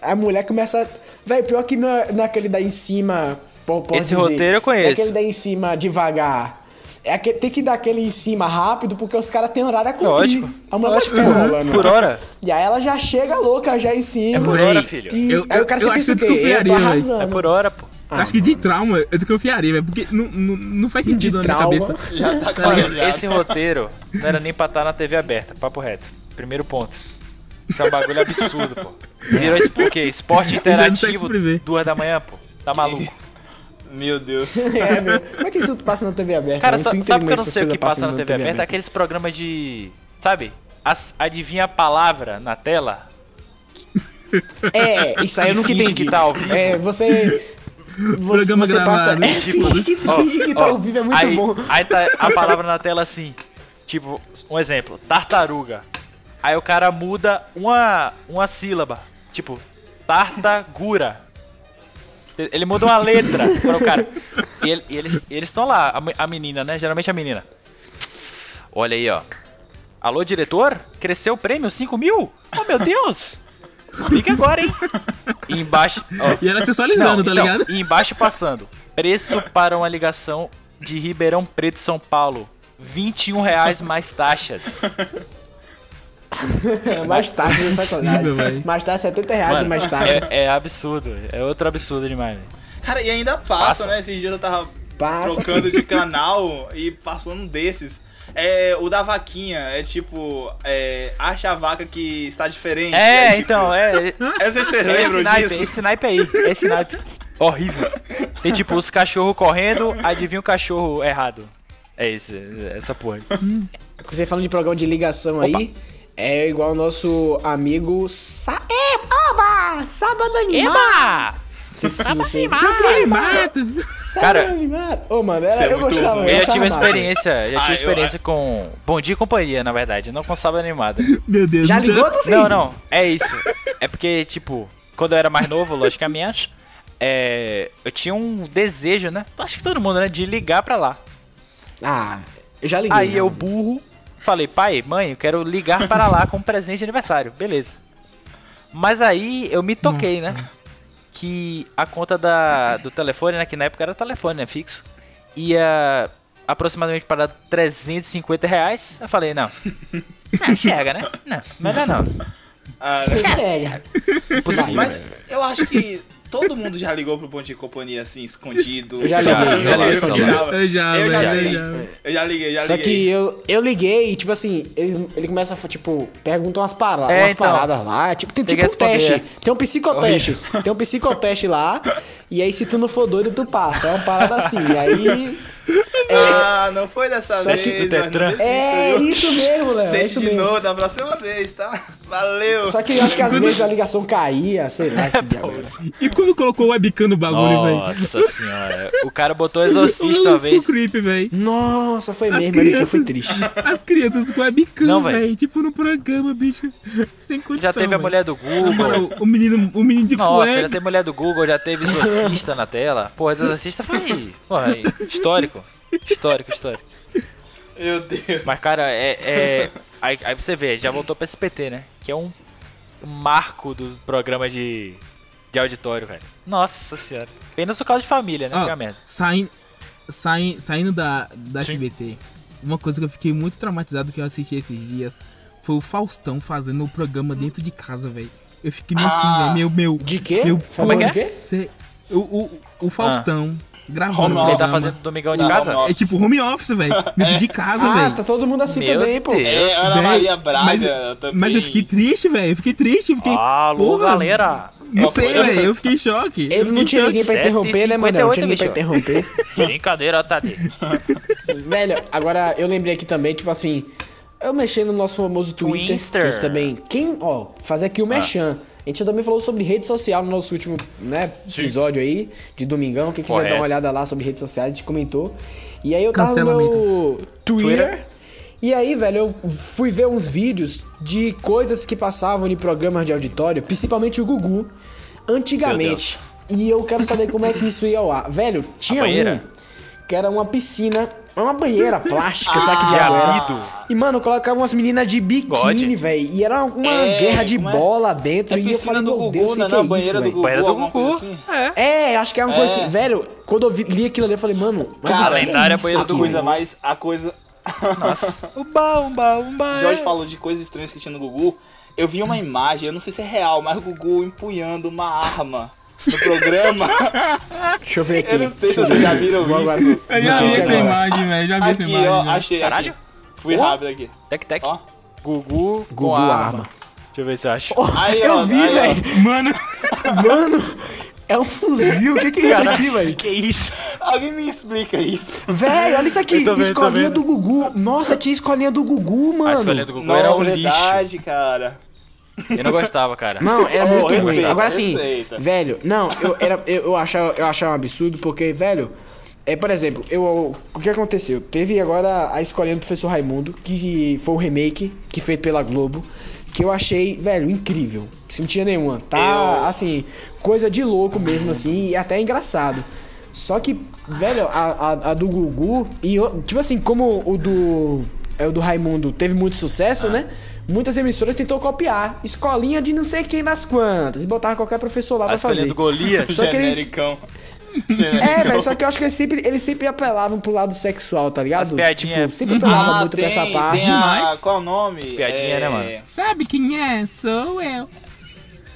[SPEAKER 5] A mulher começa. Véi, pior que é, na, naquele daí em cima. po- posso
[SPEAKER 1] Esse
[SPEAKER 5] dizer,
[SPEAKER 1] roteiro eu conheço.
[SPEAKER 5] Naquele daí em cima devagar. É aquele- tem que dar aquele em cima rápido, porque os caras têm horário a cumprir.
[SPEAKER 1] Lógico.
[SPEAKER 5] A mulher vai
[SPEAKER 1] Lógico.
[SPEAKER 5] ficar rolando.
[SPEAKER 1] Por hora.
[SPEAKER 5] E aí ela já chega louca, já em cima.
[SPEAKER 1] por
[SPEAKER 3] Véi,
[SPEAKER 1] hora, filho.
[SPEAKER 5] E
[SPEAKER 3] É Eu-
[SPEAKER 5] aí
[SPEAKER 3] eu-
[SPEAKER 5] o cara
[SPEAKER 3] eu
[SPEAKER 5] sempre
[SPEAKER 3] acho que eu
[SPEAKER 5] pensa o quê? Eu tô
[SPEAKER 3] desconfiaria, véi.
[SPEAKER 1] É
[SPEAKER 5] tá arrasando.
[SPEAKER 1] por hora, pô.
[SPEAKER 3] Acho que de trauma eu desconfiaria, velho, porque não, não, não faz sentido na minha
[SPEAKER 5] trauma.
[SPEAKER 3] cabeça.
[SPEAKER 2] Já tá
[SPEAKER 1] Mano,
[SPEAKER 2] calejado.
[SPEAKER 1] esse roteiro não era nem pra estar na TV aberta, papo reto. Primeiro ponto. Isso é um bagulho absurdo, pô. Virou es- o quê? Esporte
[SPEAKER 3] Usando sexo
[SPEAKER 1] interativo,
[SPEAKER 3] privê.
[SPEAKER 1] duas da manhã, pô. Tá maluco.
[SPEAKER 2] Meu Deus.
[SPEAKER 5] É, meu. Como é que isso passa na TV aberta?
[SPEAKER 1] Cara,
[SPEAKER 5] não
[SPEAKER 1] sa-
[SPEAKER 5] consigo
[SPEAKER 1] sabe que
[SPEAKER 5] entender
[SPEAKER 1] eu não
[SPEAKER 5] essas
[SPEAKER 1] sei o
[SPEAKER 5] coisas
[SPEAKER 1] que passa
[SPEAKER 5] passando
[SPEAKER 1] na TV aberta? Aqueles programas de. Sabe? As- adivinha a palavra na tela?
[SPEAKER 5] É, isso aí eu nunca
[SPEAKER 1] Finge
[SPEAKER 5] entendi.
[SPEAKER 1] que tá ao vivo.
[SPEAKER 5] É, você... Você,
[SPEAKER 3] Programa
[SPEAKER 5] você passa...
[SPEAKER 3] gravado. né? Tipo
[SPEAKER 5] É, finge que, finge que tá
[SPEAKER 1] Tipo, Ó,
[SPEAKER 5] ao vivo, é muito
[SPEAKER 1] aí,
[SPEAKER 5] bom.
[SPEAKER 1] Aí tá a palavra na tela assim. Tipo, um exemplo, tartaruga. Aí o cara muda uma, uma sílaba. Tipo, tartagura. Ele muda uma letra para o cara. E, ele- e eles e estão lá, a, me- a menina, né? Geralmente a menina. Olha aí, ó. Alô, diretor? Cresceu o prêmio? 5 mil? Oh, meu Deus! Fica agora, hein? E embaixo. ó,
[SPEAKER 3] E ela sexualizando,
[SPEAKER 1] não,
[SPEAKER 3] tá
[SPEAKER 1] então,
[SPEAKER 3] ligado?
[SPEAKER 1] E embaixo passando. Preço para uma ligação de Ribeirão Preto, São Paulo. R$ 21 reais mais taxas.
[SPEAKER 5] É, mais tarde, essa
[SPEAKER 3] Impossível,
[SPEAKER 5] coisa.
[SPEAKER 3] véi.
[SPEAKER 5] Mais tarde, 70 reais e mais tarde.
[SPEAKER 1] É, é absurdo. É outro absurdo demais. velho.
[SPEAKER 2] Cara, e ainda passa,
[SPEAKER 1] Passa.
[SPEAKER 2] né? Esses dias eu tava
[SPEAKER 5] Passa.
[SPEAKER 2] trocando de canal e passou um desses. É o da vaquinha, é tipo, é, acha a vaca que está diferente.
[SPEAKER 1] É,
[SPEAKER 2] tipo,
[SPEAKER 1] então, é.
[SPEAKER 2] Eu não sei se vocês
[SPEAKER 1] É esse
[SPEAKER 2] lembram
[SPEAKER 1] naipe,
[SPEAKER 2] disso.
[SPEAKER 1] esse naipe aí. Esse naipe. Horrível. Tem tipo os cachorros correndo, adivinha o cachorro errado. É isso, essa porra.
[SPEAKER 5] Você falando de programa de ligação aí, é igual o nosso amigo... Sa... É, oba! Sábado animado!
[SPEAKER 1] Eba!
[SPEAKER 5] Você- você-
[SPEAKER 3] Sempre mato.
[SPEAKER 5] Sábado
[SPEAKER 1] Cara,
[SPEAKER 5] animado! é Ô, mano, era,
[SPEAKER 2] isso é
[SPEAKER 5] eu
[SPEAKER 2] muito
[SPEAKER 5] gostava.
[SPEAKER 2] ruim.
[SPEAKER 5] eu
[SPEAKER 1] Eu já
[SPEAKER 5] achava
[SPEAKER 1] tive
[SPEAKER 5] massa.
[SPEAKER 1] experiência, já
[SPEAKER 2] Ah,
[SPEAKER 1] tive
[SPEAKER 2] eu-
[SPEAKER 1] experiência com Bom Dia e Companhia, na verdade, não com Sábado Animado.
[SPEAKER 3] Meu Deus
[SPEAKER 5] Já
[SPEAKER 3] do céu.
[SPEAKER 5] ligou, Tocinho?
[SPEAKER 1] Não, não, é isso. É porque, tipo, quando eu era mais novo, logicamente, é, eu tinha um desejo, né? Acho que todo mundo, né? De ligar pra lá.
[SPEAKER 5] Ah, eu já liguei.
[SPEAKER 1] Aí
[SPEAKER 5] né?
[SPEAKER 1] eu, burro, falei, pai, mãe, eu quero ligar para lá com um presente de aniversário. Beleza. Mas aí eu me toquei,
[SPEAKER 3] Nossa.
[SPEAKER 1] né? Que a conta da, do telefone, né? Que na época era telefone, né? Fixo. Ia aproximadamente para 350 reais. Eu falei, não. Não, chega, né? Não, melhor não.
[SPEAKER 2] Ah, né?
[SPEAKER 5] Entrega.
[SPEAKER 1] Impossível.
[SPEAKER 2] Mas eu acho que todo mundo já ligou pro Bom de Companhia assim, escondido.
[SPEAKER 5] Eu já liguei,
[SPEAKER 1] já liguei,
[SPEAKER 2] eu
[SPEAKER 1] já
[SPEAKER 2] ligava.
[SPEAKER 3] Eu já,
[SPEAKER 2] Eu já
[SPEAKER 3] velho,
[SPEAKER 2] liguei.
[SPEAKER 3] eu já.
[SPEAKER 2] Eu já liguei, já
[SPEAKER 5] Só que
[SPEAKER 2] liguei.
[SPEAKER 5] eu, eu liguei e, tipo assim, ele, ele começa a, fa- tipo, pergunta umas, para,
[SPEAKER 1] É,
[SPEAKER 5] umas
[SPEAKER 1] então.
[SPEAKER 5] paradas lá. Tipo, tem,
[SPEAKER 1] Tem que
[SPEAKER 5] tipo um teste.
[SPEAKER 1] responder.
[SPEAKER 5] Tem um psicoteste. Tem um psicoteste lá. E aí, se tu não for doido, tu passa. É uma parada assim. E aí.
[SPEAKER 2] Ah, não foi dessa
[SPEAKER 1] Só que
[SPEAKER 2] vez.
[SPEAKER 1] do Detran.
[SPEAKER 2] mas não
[SPEAKER 5] É
[SPEAKER 2] desista, viu?
[SPEAKER 5] isso mesmo, Léo. É
[SPEAKER 2] Deixe
[SPEAKER 5] isso
[SPEAKER 2] de
[SPEAKER 5] mesmo.
[SPEAKER 2] novo da próxima vez, tá? Valeu.
[SPEAKER 5] Só que eu acho que às vezes a ligação caía, sei lá. Que diabo era.
[SPEAKER 3] E quando colocou o webcam no bagulho, velho?
[SPEAKER 1] Nossa senhora. O cara botou exorcista uma
[SPEAKER 3] Ficou
[SPEAKER 1] vez.
[SPEAKER 3] creepy, velho.
[SPEAKER 5] Nossa, foi
[SPEAKER 3] As
[SPEAKER 5] mesmo. Ele
[SPEAKER 3] crianças,
[SPEAKER 5] foi triste.
[SPEAKER 3] as crianças com webcam,
[SPEAKER 1] Não, véi.
[SPEAKER 3] velho. Tipo no programa, bicho. Sem condição.
[SPEAKER 1] Já teve a
[SPEAKER 3] véi.
[SPEAKER 1] mulher do Google.
[SPEAKER 3] Mano, o menino, o menino de
[SPEAKER 1] Nossa, já
[SPEAKER 3] cueca.
[SPEAKER 1] teve mulher do Google, já teve exorcista na tela. Pô, exorcista foi. Porra, aí, histórico. Histórico, histórico.
[SPEAKER 2] Meu Deus.
[SPEAKER 1] Mas, cara, é. é- aí, aí você vê, já voltou pra SPT, né? Que é um um marco do programa de, de auditório, velho. Nossa senhora. Apenas o caso de família, né?
[SPEAKER 3] Ó,
[SPEAKER 1] Que é a merda.
[SPEAKER 3] sain- sain- saindo da, da
[SPEAKER 1] Sim.
[SPEAKER 3] SBT, uma coisa que eu fiquei muito traumatizado que eu assisti esses dias foi o Faustão fazendo o programa dentro de casa, velho. Eu fiquei meio assim,
[SPEAKER 2] Ah.
[SPEAKER 3] velho. Meu, meu.
[SPEAKER 5] De quê?
[SPEAKER 3] Meu,
[SPEAKER 5] Falou de quê?
[SPEAKER 3] cê- o, o, o Faustão gravando.
[SPEAKER 2] Home
[SPEAKER 3] o
[SPEAKER 1] Ele tá
[SPEAKER 3] programa.
[SPEAKER 1] fazendo domingão de
[SPEAKER 2] Não,
[SPEAKER 1] casa?
[SPEAKER 2] não.
[SPEAKER 3] É tipo home office, velho. Dentro de casa,
[SPEAKER 5] Ah,
[SPEAKER 3] velho.
[SPEAKER 5] tá todo mundo assim
[SPEAKER 1] Meu
[SPEAKER 5] também, pô.
[SPEAKER 1] Deus.
[SPEAKER 2] É, Ana
[SPEAKER 3] Véi,
[SPEAKER 2] Maria Braga
[SPEAKER 3] mas-
[SPEAKER 2] também.
[SPEAKER 3] Mas eu
[SPEAKER 5] É
[SPEAKER 3] fiquei triste, velho. Eu fiquei triste. Eu fiquei.
[SPEAKER 1] Alô,
[SPEAKER 3] porra,
[SPEAKER 1] galera!
[SPEAKER 3] Não sei,
[SPEAKER 2] Eu-
[SPEAKER 3] velho. Eu fiquei em choque. eu
[SPEAKER 5] Ele
[SPEAKER 3] fiquei
[SPEAKER 5] não
[SPEAKER 3] em
[SPEAKER 5] tinha
[SPEAKER 3] choque.
[SPEAKER 5] ninguém pra interromper, né, mano? Não
[SPEAKER 1] 7h58,
[SPEAKER 5] tinha ninguém pra
[SPEAKER 1] bicho.
[SPEAKER 5] interromper.
[SPEAKER 1] Brincadeira, Tati.
[SPEAKER 5] Velho, agora eu lembrei aqui também, tipo assim, eu mexi no nosso famoso Twitter.
[SPEAKER 1] Twister. Ah.
[SPEAKER 5] que a gente também. Quem, ó, fazer aqui o merchan. A gente também falou sobre rede social no nosso último né, episódio aí, de domingão. Quem quiser dar
[SPEAKER 1] Correto.
[SPEAKER 5] uma olhada lá sobre redes sociais, a gente comentou. E aí eu tava no
[SPEAKER 3] Cancela,
[SPEAKER 5] meu Twitter.
[SPEAKER 2] Twitter.
[SPEAKER 5] E aí, velho, eu fui ver uns vídeos de coisas que passavam em programas de auditório, principalmente o Gugu, antigamente. E eu quero saber como é que isso ia ao ar. Velho, tinha um
[SPEAKER 1] banheira?
[SPEAKER 5] que era uma piscina, é uma banheira plástica, sabe que
[SPEAKER 1] Ah, De
[SPEAKER 5] diabo era?
[SPEAKER 1] amido.
[SPEAKER 5] E, mano, colocava umas meninas de biquíni,
[SPEAKER 1] God.
[SPEAKER 5] velho. E era uma
[SPEAKER 2] É,
[SPEAKER 5] guerra de
[SPEAKER 2] como é?
[SPEAKER 5] bola dentro.
[SPEAKER 2] É
[SPEAKER 5] e eu
[SPEAKER 2] piscina
[SPEAKER 5] falei,
[SPEAKER 2] do
[SPEAKER 5] meu
[SPEAKER 2] Gugu,
[SPEAKER 5] Deus,
[SPEAKER 2] né?
[SPEAKER 5] que que é
[SPEAKER 2] Não, banheira
[SPEAKER 5] isso,
[SPEAKER 2] do
[SPEAKER 5] véi?
[SPEAKER 2] Gugu.
[SPEAKER 1] Banheira do
[SPEAKER 2] alguma coisa
[SPEAKER 1] Gugu.
[SPEAKER 2] assim?
[SPEAKER 1] É.
[SPEAKER 5] É, acho que é uma coisa
[SPEAKER 2] É.
[SPEAKER 5] assim. Velho, quando eu vi- li aquilo ali, eu falei, mano, mas
[SPEAKER 2] Cara,
[SPEAKER 5] o que
[SPEAKER 1] lendária
[SPEAKER 5] é isso
[SPEAKER 1] banheira
[SPEAKER 2] A
[SPEAKER 1] do Gugu.
[SPEAKER 5] aqui,
[SPEAKER 1] então.
[SPEAKER 2] coisa
[SPEAKER 5] velho?
[SPEAKER 2] mais. A coisa.
[SPEAKER 1] Umba, umba, umba.
[SPEAKER 5] É.
[SPEAKER 2] Jorge falou de coisas estranhas que tinha no Gugu. Eu vi uma imagem, eu não sei se é real, mas o Gugu empunhando uma arma no programa.
[SPEAKER 5] Deixa eu ver aqui.
[SPEAKER 2] eu não sei se
[SPEAKER 5] deixa eu ver
[SPEAKER 2] vocês já
[SPEAKER 5] aqui.
[SPEAKER 2] viram
[SPEAKER 5] Vou agora-
[SPEAKER 2] isso.
[SPEAKER 3] Eu
[SPEAKER 5] Não,
[SPEAKER 3] já vi
[SPEAKER 5] que
[SPEAKER 3] essa
[SPEAKER 5] agora.
[SPEAKER 3] imagem, velho. Já vi essa
[SPEAKER 2] Aqui, ó,
[SPEAKER 5] né?
[SPEAKER 3] imagem. já.
[SPEAKER 2] achei
[SPEAKER 1] Caralho.
[SPEAKER 2] aqui. Fui
[SPEAKER 1] Ó.
[SPEAKER 2] rápido aqui.
[SPEAKER 1] Tec, tec.
[SPEAKER 2] Ó.
[SPEAKER 1] Gugu, com
[SPEAKER 5] Gugu
[SPEAKER 1] arma.
[SPEAKER 5] arma.
[SPEAKER 1] Deixa eu ver se eu acho.
[SPEAKER 2] Aí, ó,
[SPEAKER 5] Eu vi,
[SPEAKER 2] aí, ó.
[SPEAKER 5] velho.
[SPEAKER 3] Mano,
[SPEAKER 5] Mano, é um fuzil. O que, que é isso aqui, velho?
[SPEAKER 1] que isso?
[SPEAKER 2] Alguém me explica isso.
[SPEAKER 5] Velho, olha isso aqui.
[SPEAKER 1] Eu tô vendo, tô
[SPEAKER 5] escolinha
[SPEAKER 1] vendo.
[SPEAKER 5] do Gugu. Nossa, tinha escolinha do Gugu,
[SPEAKER 1] A
[SPEAKER 5] mano.
[SPEAKER 1] escolha do Gugu era
[SPEAKER 2] Não,
[SPEAKER 1] um lixo.
[SPEAKER 2] verdade, cara.
[SPEAKER 1] Eu não gostava, cara.
[SPEAKER 5] Não, era
[SPEAKER 2] Ô,
[SPEAKER 5] muito ruim.
[SPEAKER 2] respeita,
[SPEAKER 5] Agora sim,
[SPEAKER 2] respeita.
[SPEAKER 5] velho, não, eu, era, eu, eu, achava, eu achava um absurdo porque, velho, é, por exemplo, eu, o que aconteceu? Teve agora a escolinha do professor Raimundo, que foi o remake, que feito pela Globo, que eu achei, velho, incrível. Sem mentira nenhuma. Tá,
[SPEAKER 2] Eu-
[SPEAKER 5] assim, coisa de louco mesmo, assim, e até engraçado. Só que, velho, a, a, a do Gugu, e eu- tipo assim, como o do. É o do Raimundo teve muito sucesso, né? Muitas emissoras tentou copiar. Escolinha de não sei quem das quantas. E botar qualquer professor lá
[SPEAKER 1] A
[SPEAKER 5] pra
[SPEAKER 1] escolha
[SPEAKER 5] fazer.
[SPEAKER 1] é do Golias.
[SPEAKER 5] Só que eles-
[SPEAKER 2] Genericão.
[SPEAKER 5] É, velho, só que eu acho que eles sempre, eles sempre apelavam pro lado sexual, tá ligado?
[SPEAKER 1] As piadinhas. Ah,
[SPEAKER 5] Tipo, sempre apelavam muito
[SPEAKER 2] Ah, tem,
[SPEAKER 5] pra essa parte.
[SPEAKER 2] tem a,
[SPEAKER 3] Demais.
[SPEAKER 2] qual é o nome? É,
[SPEAKER 1] piadinha, né, mano?
[SPEAKER 3] sabe quem é? Sou eu.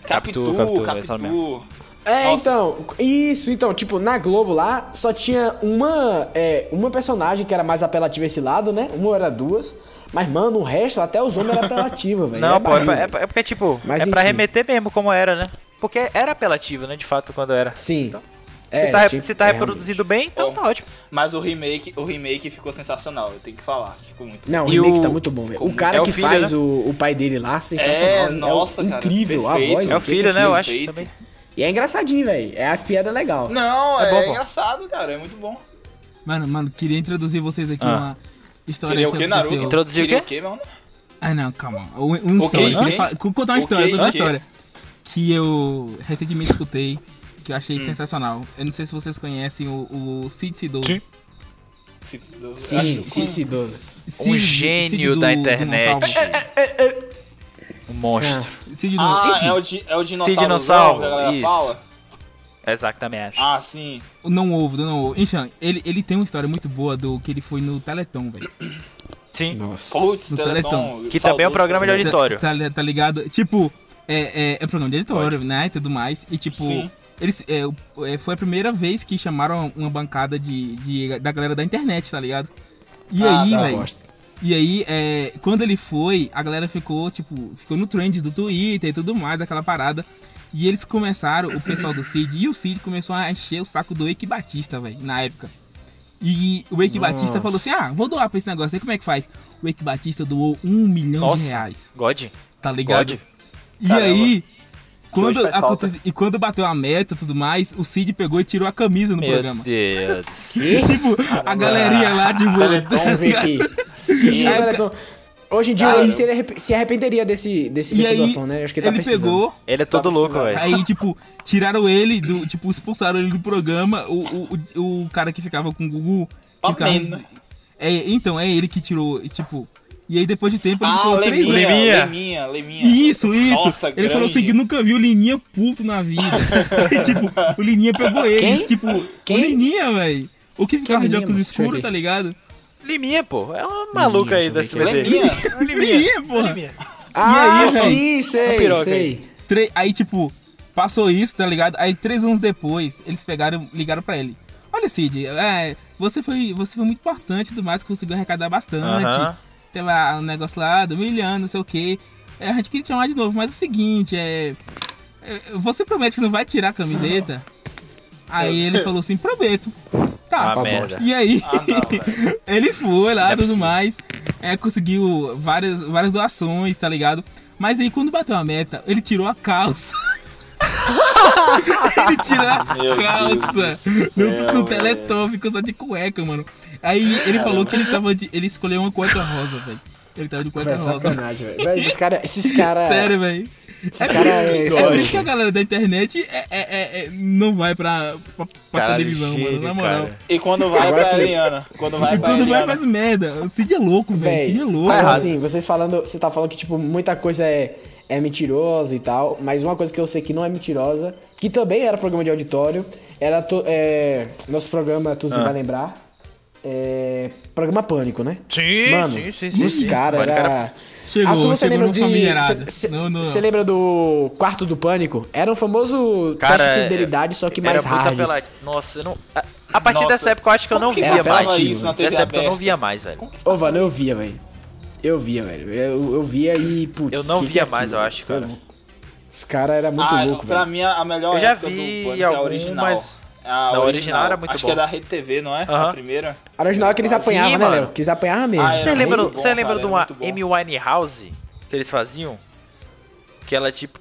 [SPEAKER 2] Capitu,
[SPEAKER 1] Capitu,
[SPEAKER 2] Capitu.
[SPEAKER 1] Capitu, é isso mesmo.
[SPEAKER 5] É,
[SPEAKER 2] Nossa.
[SPEAKER 5] então, isso, então, tipo, na Globo lá só tinha uma, é, uma personagem que era mais apelativa esse lado, né? Uma ou era duas. Mas, mano, o resto, até os homens era apelativa, velho.
[SPEAKER 1] Não,
[SPEAKER 5] Era
[SPEAKER 1] pô, é, pra-
[SPEAKER 5] barriga.
[SPEAKER 1] é pra- é porque, tipo,
[SPEAKER 5] Mas
[SPEAKER 1] é pra
[SPEAKER 5] enfim.
[SPEAKER 1] remeter mesmo como era, né? Porque era apelativo, né, de fato, quando era.
[SPEAKER 5] Sim.
[SPEAKER 1] Se tá,
[SPEAKER 5] tinha-
[SPEAKER 1] se tá
[SPEAKER 5] é,
[SPEAKER 1] reproduzido bem, então
[SPEAKER 2] Bom.
[SPEAKER 1] tá ótimo.
[SPEAKER 2] Mas o remake, o remake ficou sensacional, eu tenho que falar. Ficou muito.
[SPEAKER 5] Não, o
[SPEAKER 1] E
[SPEAKER 5] remake
[SPEAKER 1] o-
[SPEAKER 5] tá muito bom, velho. O cara
[SPEAKER 1] é o
[SPEAKER 5] que
[SPEAKER 1] filho,
[SPEAKER 5] faz
[SPEAKER 1] né?
[SPEAKER 5] o, o pai dele lá, sensacional.
[SPEAKER 2] É,
[SPEAKER 5] É, o-
[SPEAKER 2] nossa, cara,
[SPEAKER 5] Incrível,
[SPEAKER 2] perfeito.
[SPEAKER 5] a voz.
[SPEAKER 1] É o
[SPEAKER 5] que que
[SPEAKER 1] filho, né, eu acho.
[SPEAKER 2] feito.
[SPEAKER 1] Também.
[SPEAKER 5] E é engraçadinho, velho. É as piadas legal.
[SPEAKER 2] Não, é,
[SPEAKER 1] É bom, pô.
[SPEAKER 2] engraçado, cara, é muito bom.
[SPEAKER 3] Mano, mano, queria introduzir vocês aqui
[SPEAKER 1] Ah.
[SPEAKER 3] uma história
[SPEAKER 2] Queria o
[SPEAKER 3] que
[SPEAKER 2] que, Naruto?
[SPEAKER 3] aconteceu.
[SPEAKER 1] Introduzir o
[SPEAKER 2] Queria
[SPEAKER 1] quê?
[SPEAKER 2] mano?
[SPEAKER 3] Ah, não, calma. Um,
[SPEAKER 2] Ok,
[SPEAKER 3] um história.
[SPEAKER 2] ok.
[SPEAKER 3] Queria fa- co- contar uma
[SPEAKER 2] Ok,
[SPEAKER 3] história, contar uma
[SPEAKER 2] ok.
[SPEAKER 3] história. Que eu recentemente escutei, que eu
[SPEAKER 2] Hum.
[SPEAKER 3] achei sensacional. Eu não sei se vocês conhecem o, o Cid Sidor.
[SPEAKER 1] Sim.
[SPEAKER 5] Sim, sim, sim, dono.
[SPEAKER 3] Cid-
[SPEAKER 1] Um gênio
[SPEAKER 3] Cid
[SPEAKER 1] da
[SPEAKER 3] do- do
[SPEAKER 1] internet.
[SPEAKER 3] Gonçalves.
[SPEAKER 1] É, Um monstro.
[SPEAKER 3] Cid do-
[SPEAKER 2] Ah,
[SPEAKER 3] Enfim,
[SPEAKER 2] é o, di é o dinossauro.
[SPEAKER 1] dinossauro,
[SPEAKER 2] que a galera
[SPEAKER 1] isso.
[SPEAKER 2] fala?
[SPEAKER 1] Exatamente.
[SPEAKER 2] Ah, sim.
[SPEAKER 3] não ovo, não ovo. Enfim, ele, ele tem uma história muito boa do que ele foi no Teleton, velho.
[SPEAKER 1] Sim.
[SPEAKER 5] Nossa.
[SPEAKER 2] Putz,
[SPEAKER 3] No
[SPEAKER 2] Teleton.
[SPEAKER 3] Teleton.
[SPEAKER 1] Que também é um
[SPEAKER 2] saudoso
[SPEAKER 1] programa de
[SPEAKER 2] Teleton.
[SPEAKER 1] auditório.
[SPEAKER 3] Tá, tá- tá ligado? Tipo, é, é, é programa de editório, né? E tudo mais. E tipo,
[SPEAKER 2] Sim.
[SPEAKER 3] eles. é, o- é, foi a primeira vez que chamaram uma bancada de, de- da galera da internet, tá ligado? E
[SPEAKER 2] Ah,
[SPEAKER 3] aí,
[SPEAKER 5] Eu
[SPEAKER 3] velho.
[SPEAKER 5] Tá, gosto.
[SPEAKER 3] E aí, é, quando ele foi, a galera ficou, tipo, ficou no trend do Twitter e tudo mais, aquela parada. E eles começaram, o pessoal do Cid e o Cid começou a encher o saco do Eike Batista, velho, na época. E o Eike Batista falou assim: ah, vou doar pra esse negócio aí, como é que faz? O Eike Batista doou um milhão de
[SPEAKER 1] Nossa,
[SPEAKER 3] reais.
[SPEAKER 1] God.
[SPEAKER 3] Tá ligado?
[SPEAKER 1] God.
[SPEAKER 3] E
[SPEAKER 2] Caramba.
[SPEAKER 3] aí,
[SPEAKER 2] hoje
[SPEAKER 3] quando,
[SPEAKER 2] faz falta.
[SPEAKER 3] aconte- e quando bateu a meta e tudo mais, o Cid pegou e tirou a camisa no
[SPEAKER 1] Meu
[SPEAKER 3] programa.
[SPEAKER 1] Deus.
[SPEAKER 3] Tipo, a galeria lá de
[SPEAKER 5] Vamos ver aqui. Sim,
[SPEAKER 3] Aí,
[SPEAKER 5] galera, então, Hoje em dia ele se, arrep- se arrependeria desse, desse,
[SPEAKER 3] E
[SPEAKER 5] dessa
[SPEAKER 3] aí,
[SPEAKER 5] doação, né? Eu Acho que ele tá
[SPEAKER 3] ele
[SPEAKER 5] precisando.
[SPEAKER 3] pegou,
[SPEAKER 1] Ele é todo louco,
[SPEAKER 2] precisando.
[SPEAKER 1] velho.
[SPEAKER 3] aí, tipo, tiraram ele do. Tipo, expulsaram ele do programa. O, o, o- o cara que ficava com o Gugu. que ficava-
[SPEAKER 2] Amém.
[SPEAKER 3] é, então, é ele que tirou, e, tipo. E aí depois de tempo ele
[SPEAKER 2] Ah,
[SPEAKER 3] ficou três
[SPEAKER 2] Leminha,
[SPEAKER 3] anos.
[SPEAKER 1] Leminha.
[SPEAKER 2] Leminha, Leminha.
[SPEAKER 3] Isso, isso.
[SPEAKER 2] Nossa,
[SPEAKER 3] ele falou assim
[SPEAKER 2] grande.
[SPEAKER 3] que nunca viu o Lininha puto na vida. e, tipo, o Lininha pegou ele.
[SPEAKER 5] Quem?
[SPEAKER 3] Tipo,
[SPEAKER 5] Quem? é
[SPEAKER 3] o Lininha, velho. O que ficava de
[SPEAKER 5] Lininha,
[SPEAKER 3] óculos
[SPEAKER 5] moço? Deixa eu
[SPEAKER 3] escuros,
[SPEAKER 5] ver.
[SPEAKER 3] tá ligado?
[SPEAKER 1] Liminha, pô. É uma maluca aí da
[SPEAKER 5] deixa eu
[SPEAKER 1] SBT.
[SPEAKER 2] Leminha.
[SPEAKER 1] Liminha.
[SPEAKER 3] porra.
[SPEAKER 5] Ah,
[SPEAKER 3] aí,
[SPEAKER 5] sim, sei,
[SPEAKER 1] piroca
[SPEAKER 5] sei.
[SPEAKER 3] Tre- Aí, tipo, passou isso, tá ligado? Aí, três anos depois, eles pegaram, ligaram pra ele. Olha, Cid, é, você, foi, você foi muito importante e tudo mais, conseguiu arrecadar bastante.
[SPEAKER 1] Aham.
[SPEAKER 3] Teve lá um negócio lá do milhão, não sei o quê. É, a gente queria te chamar de novo, mas é o seguinte, é... é, Você promete que não vai tirar a camiseta? Aí ele falou assim, prometo. Tá,
[SPEAKER 1] Ah, merda.
[SPEAKER 3] e aí, ele foi lá, tudo
[SPEAKER 1] possível.
[SPEAKER 3] mais. É, conseguiu várias, várias doações, tá ligado? Mas aí quando bateu a meta, ele tirou a calça. ele tirou a
[SPEAKER 2] Meu
[SPEAKER 3] calça
[SPEAKER 2] Deus do
[SPEAKER 3] no,
[SPEAKER 2] céu,
[SPEAKER 3] no
[SPEAKER 2] velho.
[SPEAKER 3] Teleton, ficou só de cueca, mano. Aí ele falou que ele tava de. Ele escolheu uma cueca rosa, velho. Ele tava de cueca
[SPEAKER 5] Véi,
[SPEAKER 3] rosa.
[SPEAKER 5] sacanagem, velho. Véi, Esses caras. Esses caras.
[SPEAKER 3] Sério, velho.
[SPEAKER 5] Esses
[SPEAKER 3] por
[SPEAKER 5] caras.
[SPEAKER 3] isso-
[SPEAKER 5] É,
[SPEAKER 3] É por
[SPEAKER 5] lógico.
[SPEAKER 3] isso que a galera da internet é, é- é- é- não vai pra, pra, pra
[SPEAKER 1] Caralho,
[SPEAKER 3] televisão, mano. Na
[SPEAKER 1] gênio,
[SPEAKER 3] moral.
[SPEAKER 1] cara.
[SPEAKER 2] E quando vai
[SPEAKER 5] Agora
[SPEAKER 2] pra
[SPEAKER 5] sim.
[SPEAKER 2] Ariana? Quando vai pra
[SPEAKER 3] Quando vai,
[SPEAKER 2] Ariana?
[SPEAKER 3] faz merda. O Cid é louco, velho. O Cid é louco.
[SPEAKER 5] Mas,
[SPEAKER 3] mano.
[SPEAKER 5] assim, vocês falando, você tá falando que, tipo, muita coisa é, é mentirosa e tal, mas uma coisa que eu sei que não é mentirosa, que também era programa de auditório, era to- é, nosso programa, tu se
[SPEAKER 1] Ah.
[SPEAKER 5] vai lembrar, é, programa Pânico, né?
[SPEAKER 1] Sim,
[SPEAKER 5] Mano,
[SPEAKER 1] sim, sim, sim,
[SPEAKER 5] os
[SPEAKER 1] sim.
[SPEAKER 5] caras
[SPEAKER 1] Pânico
[SPEAKER 5] era...
[SPEAKER 3] Chegou,
[SPEAKER 5] ah, tu, você
[SPEAKER 3] chegou
[SPEAKER 5] lembra
[SPEAKER 3] no
[SPEAKER 5] de...
[SPEAKER 3] familiarado.
[SPEAKER 5] Você
[SPEAKER 3] Não, não.
[SPEAKER 5] você lembra do quarto do Pânico? Era o famoso teste de fidelidade,
[SPEAKER 1] é-
[SPEAKER 5] só que
[SPEAKER 1] era
[SPEAKER 5] mais
[SPEAKER 1] muito
[SPEAKER 5] hard.
[SPEAKER 1] apelati- Nossa, eu não. A, a partir
[SPEAKER 2] Nossa.
[SPEAKER 1] dessa época eu acho que eu
[SPEAKER 2] Como
[SPEAKER 1] não
[SPEAKER 2] que
[SPEAKER 1] via
[SPEAKER 5] passava
[SPEAKER 1] mais.
[SPEAKER 5] isso na
[SPEAKER 2] TV
[SPEAKER 1] Dessa época eu
[SPEAKER 2] aberta?
[SPEAKER 1] não via mais, velho.
[SPEAKER 5] Ô, mano, eu via, velho. Eu via, velho. Eu, eu via e, putz...
[SPEAKER 1] Eu não
[SPEAKER 5] que que
[SPEAKER 1] via
[SPEAKER 5] é aquilo,
[SPEAKER 1] mais, eu
[SPEAKER 5] velho?
[SPEAKER 1] acho,
[SPEAKER 5] Sei
[SPEAKER 1] cara.
[SPEAKER 5] lá. Os caras eram muito
[SPEAKER 2] ah,
[SPEAKER 5] loucos, velho.
[SPEAKER 2] pra mim a melhor
[SPEAKER 1] Eu já
[SPEAKER 2] época
[SPEAKER 1] vi
[SPEAKER 2] do Pânico é a
[SPEAKER 1] algum,
[SPEAKER 2] original. É
[SPEAKER 1] mas-
[SPEAKER 2] A
[SPEAKER 1] Não, a original era muito
[SPEAKER 2] Acho
[SPEAKER 1] bom.
[SPEAKER 2] que é da Rede TV, não é?
[SPEAKER 1] Aham.
[SPEAKER 2] A primeira.
[SPEAKER 5] A original é que eles
[SPEAKER 1] Assim,
[SPEAKER 5] apanhavam, né,
[SPEAKER 1] mano.
[SPEAKER 5] Léo? Que eles apanhavam mesmo.
[SPEAKER 2] Ah, é.
[SPEAKER 1] Você
[SPEAKER 2] Era
[SPEAKER 1] lembra,
[SPEAKER 2] muito
[SPEAKER 1] você
[SPEAKER 2] bom,
[SPEAKER 1] lembra
[SPEAKER 2] cara,
[SPEAKER 1] de
[SPEAKER 2] era
[SPEAKER 1] uma
[SPEAKER 2] muito bom.
[SPEAKER 1] Amy Winehouse que eles faziam? Que ela tipo.